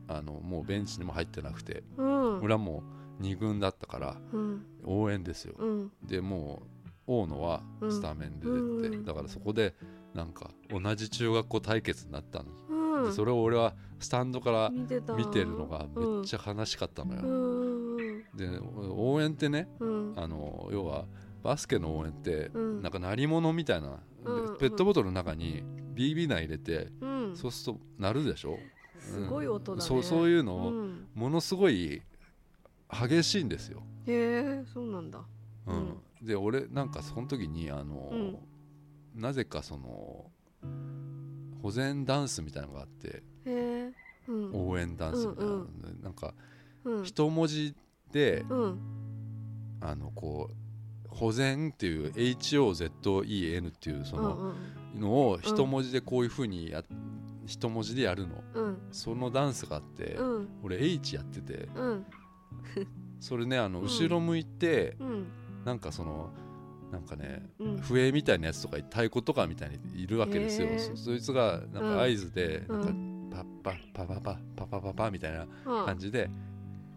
[SPEAKER 2] あのもうベンチにも入ってなくて、
[SPEAKER 1] うん
[SPEAKER 2] 俺はもう2軍だったから
[SPEAKER 1] うん
[SPEAKER 2] 応援ですよ、
[SPEAKER 1] うん
[SPEAKER 2] でもう大野はスタメンで出てて、
[SPEAKER 1] うん
[SPEAKER 2] だからそこでなんか同じ中学校対決になったの、
[SPEAKER 1] う
[SPEAKER 2] で
[SPEAKER 1] ん
[SPEAKER 2] それを俺はスタンドから
[SPEAKER 1] 見てた
[SPEAKER 2] 見てるのがめっち
[SPEAKER 1] ゃ
[SPEAKER 2] ゃ悲しかったの
[SPEAKER 1] う
[SPEAKER 2] よ、
[SPEAKER 1] んうん
[SPEAKER 2] で応援ってね
[SPEAKER 1] うん
[SPEAKER 2] あの要はバスケの応援って
[SPEAKER 1] うん
[SPEAKER 2] なんか鳴り物みたいな、
[SPEAKER 1] うん
[SPEAKER 2] ペットボトルの中に BB 弾入れて、
[SPEAKER 1] うん
[SPEAKER 2] そうすると鳴るでしょ、
[SPEAKER 1] すごい音だね
[SPEAKER 2] そうそういうの
[SPEAKER 1] う
[SPEAKER 2] を
[SPEAKER 1] ん
[SPEAKER 2] ものすごい激しいんですよ、
[SPEAKER 1] へえそうなんだ
[SPEAKER 2] うんで俺なんかその時にあの、
[SPEAKER 1] うん
[SPEAKER 2] なぜかその保全ダンスみたいなのがあって
[SPEAKER 1] へえうん
[SPEAKER 2] 応援ダンスみたいなの、
[SPEAKER 1] うん
[SPEAKER 2] なんか
[SPEAKER 1] うん
[SPEAKER 2] 一文字で、
[SPEAKER 1] うん
[SPEAKER 2] あのこう保全っていう HOZEN っていうその、
[SPEAKER 1] うん
[SPEAKER 2] のを一文字でこういうふうにや、一文字でやるの
[SPEAKER 1] うん
[SPEAKER 2] そのダンスがあって、
[SPEAKER 1] うん
[SPEAKER 2] 俺 H やってて
[SPEAKER 1] うん
[SPEAKER 2] それねあの
[SPEAKER 1] うん
[SPEAKER 2] 後ろ向いて、
[SPEAKER 1] うん
[SPEAKER 2] なんかそのなんかね
[SPEAKER 1] うん
[SPEAKER 2] 笛みたいなやつとか太鼓とかみたいにいるわけですよ、
[SPEAKER 1] へえ
[SPEAKER 2] そそいつがなんか合図で、
[SPEAKER 1] うん
[SPEAKER 2] なんかパッパッパパパパパパパみたいな
[SPEAKER 1] はあ
[SPEAKER 2] 感じで、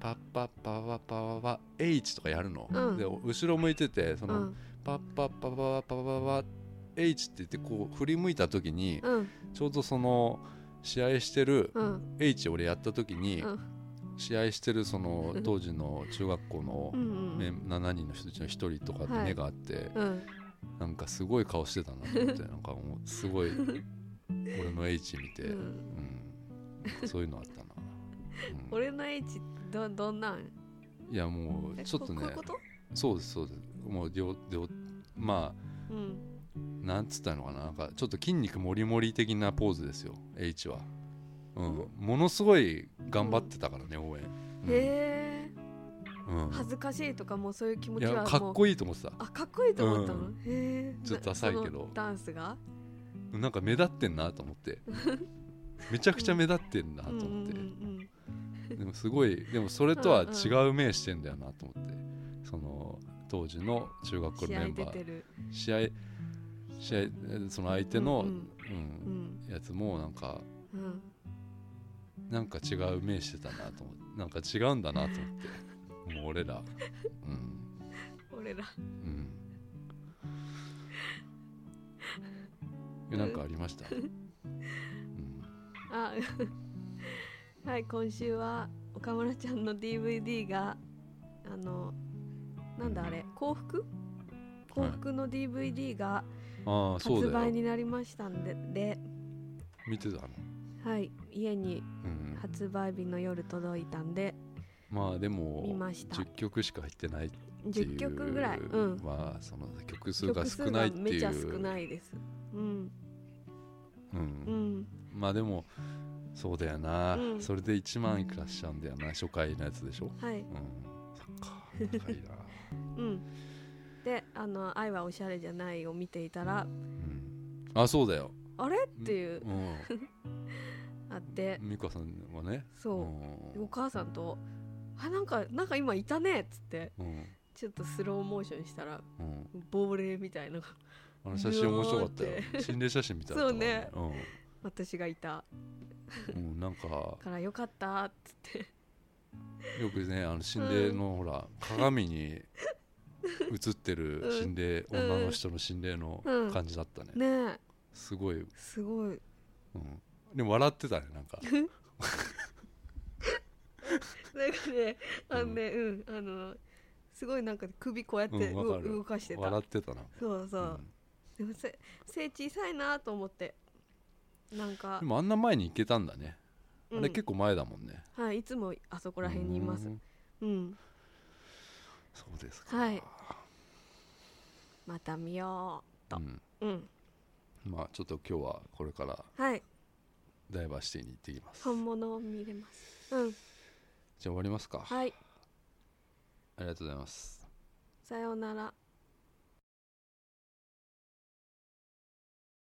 [SPEAKER 2] パッパッパワパワワ H とかやるの、
[SPEAKER 1] うん
[SPEAKER 2] で後ろ向いててそうの、
[SPEAKER 1] ん
[SPEAKER 2] パッパッパワワパワワ H って言ってこう振り向いた時に、
[SPEAKER 1] うん
[SPEAKER 2] ちょうどその試合してる
[SPEAKER 1] うん
[SPEAKER 2] H 俺やった時に、
[SPEAKER 1] うん
[SPEAKER 2] 試合してるその
[SPEAKER 1] うん
[SPEAKER 2] 当時の中学校の
[SPEAKER 1] う、ん
[SPEAKER 2] ね7人の人うちの1人とかって
[SPEAKER 1] はい
[SPEAKER 2] 目があって、
[SPEAKER 1] うん
[SPEAKER 2] なんかすごい顔してたなと思ってなんかもうすごい俺の H 見て、
[SPEAKER 1] う
[SPEAKER 2] うん
[SPEAKER 1] ん
[SPEAKER 2] そういうのあったな、うん
[SPEAKER 1] 俺の H どどんなん
[SPEAKER 2] いやもう
[SPEAKER 1] え
[SPEAKER 2] ちょっと
[SPEAKER 1] こ
[SPEAKER 2] ね
[SPEAKER 1] こういうこと
[SPEAKER 2] そうですそうですもう両両まあ
[SPEAKER 1] うん
[SPEAKER 2] なんつったのかななんかちょっと筋肉もりもり的なポーズですよ H は、うん、ものすごい頑張ってたからね応援、うん
[SPEAKER 1] へえ
[SPEAKER 2] うん
[SPEAKER 1] 恥ずかしいとかもうそういう気持
[SPEAKER 2] い
[SPEAKER 1] ちはも
[SPEAKER 2] や
[SPEAKER 1] う
[SPEAKER 2] かっこいいと思ってた
[SPEAKER 1] あかっこいいと思ったの、
[SPEAKER 2] う
[SPEAKER 1] へえ
[SPEAKER 2] ちょっとダサいけど
[SPEAKER 1] そのダンスが
[SPEAKER 2] なんか目立ってんなと思 ってめちゃくちゃ目立ってんな
[SPEAKER 1] う
[SPEAKER 2] と
[SPEAKER 1] んうん
[SPEAKER 2] 思って、
[SPEAKER 1] うん
[SPEAKER 2] でもすごいでもそれとは違う目してんだよなと思って、その当時の中学
[SPEAKER 1] う
[SPEAKER 2] 校
[SPEAKER 1] ん
[SPEAKER 2] の
[SPEAKER 1] 試
[SPEAKER 2] メ
[SPEAKER 1] 合
[SPEAKER 2] ン
[SPEAKER 1] 出
[SPEAKER 2] バ
[SPEAKER 1] て
[SPEAKER 2] ー
[SPEAKER 1] る
[SPEAKER 2] 試合試合えその相手の、
[SPEAKER 1] う
[SPEAKER 2] うんん
[SPEAKER 1] うん
[SPEAKER 2] やつもなんか
[SPEAKER 1] うん
[SPEAKER 2] なんか違う目してたなと思ってなんか違うんだなと思ってもう俺らうん
[SPEAKER 1] 俺ら
[SPEAKER 2] うんえなんかありました、うん、
[SPEAKER 1] あ はい今週は岡村ちゃんの DVD があのなんだあれ幸福幸福の DVD が
[SPEAKER 2] ああそう
[SPEAKER 1] 発
[SPEAKER 2] だ
[SPEAKER 1] 売
[SPEAKER 2] よ
[SPEAKER 1] になりましたんで,、で
[SPEAKER 2] 見てたの、
[SPEAKER 1] はい家に
[SPEAKER 2] うん、
[SPEAKER 1] 発売日の夜届いたんで
[SPEAKER 2] まあで
[SPEAKER 1] 見
[SPEAKER 2] も
[SPEAKER 1] ました
[SPEAKER 2] 10曲しか入ってないっていう
[SPEAKER 1] 10曲ぐらい、うん、
[SPEAKER 2] まあその曲数が
[SPEAKER 1] 曲
[SPEAKER 2] 少
[SPEAKER 1] 数
[SPEAKER 2] な
[SPEAKER 1] が
[SPEAKER 2] いって
[SPEAKER 1] め
[SPEAKER 2] いう
[SPEAKER 1] ちゃ少ないですうん
[SPEAKER 2] う、
[SPEAKER 1] うんん
[SPEAKER 2] まあでもそうだよな、
[SPEAKER 1] うん
[SPEAKER 2] それで1万いくらしちゃうんだよな初回のやつでしょ
[SPEAKER 1] はい
[SPEAKER 2] うんそっか高いな
[SPEAKER 1] うんであの「愛はおしゃれじゃない」を見ていたら
[SPEAKER 2] うんあそうだよ
[SPEAKER 1] 「あれ?」っていう
[SPEAKER 2] うん
[SPEAKER 1] あって
[SPEAKER 2] 美香さんはね
[SPEAKER 1] そう、
[SPEAKER 2] ん
[SPEAKER 1] お母さんと「あなんかなんか今いたね」っつって
[SPEAKER 2] うん
[SPEAKER 1] ちょっとスローモーションしたら
[SPEAKER 2] うん
[SPEAKER 1] 亡霊みたいな
[SPEAKER 2] あの写真面白かったよ
[SPEAKER 1] うわーって
[SPEAKER 2] 心霊写真みたいだったもん
[SPEAKER 1] 私がいた
[SPEAKER 2] うん、うん、なんかよ
[SPEAKER 1] からよかったっつって
[SPEAKER 2] くねあの心霊のほら鏡に映ってる心霊、
[SPEAKER 1] うん
[SPEAKER 2] 女の人の心霊の
[SPEAKER 1] うん
[SPEAKER 2] 感じだったね、
[SPEAKER 1] ねえ
[SPEAKER 2] すごい
[SPEAKER 1] すごい
[SPEAKER 2] うん、でも笑ってたねなんか
[SPEAKER 1] なんかねあのねうん、あのすごいなんか首こうやって
[SPEAKER 2] うん
[SPEAKER 1] う
[SPEAKER 2] わかる
[SPEAKER 1] 動かしてた、
[SPEAKER 2] 笑ってたな、
[SPEAKER 1] そうそうう、
[SPEAKER 2] ん
[SPEAKER 1] でもせ背小さいなと思ってなんか
[SPEAKER 2] でもあんな前に行けたんだね、
[SPEAKER 1] うん
[SPEAKER 2] あれ結構前だもんね
[SPEAKER 1] はいいつもあそこ
[SPEAKER 2] こ
[SPEAKER 1] ら辺にいますうん
[SPEAKER 2] そうですか
[SPEAKER 1] はいまた見よと
[SPEAKER 2] うん、
[SPEAKER 1] ううん
[SPEAKER 2] まあちょっと今日はこれから
[SPEAKER 1] はい
[SPEAKER 2] ダイバーシティに行ってきます
[SPEAKER 1] 本物を見れますうん
[SPEAKER 2] じゃあ終わりますか、あ
[SPEAKER 1] はい
[SPEAKER 2] りがとうございます
[SPEAKER 1] さようなら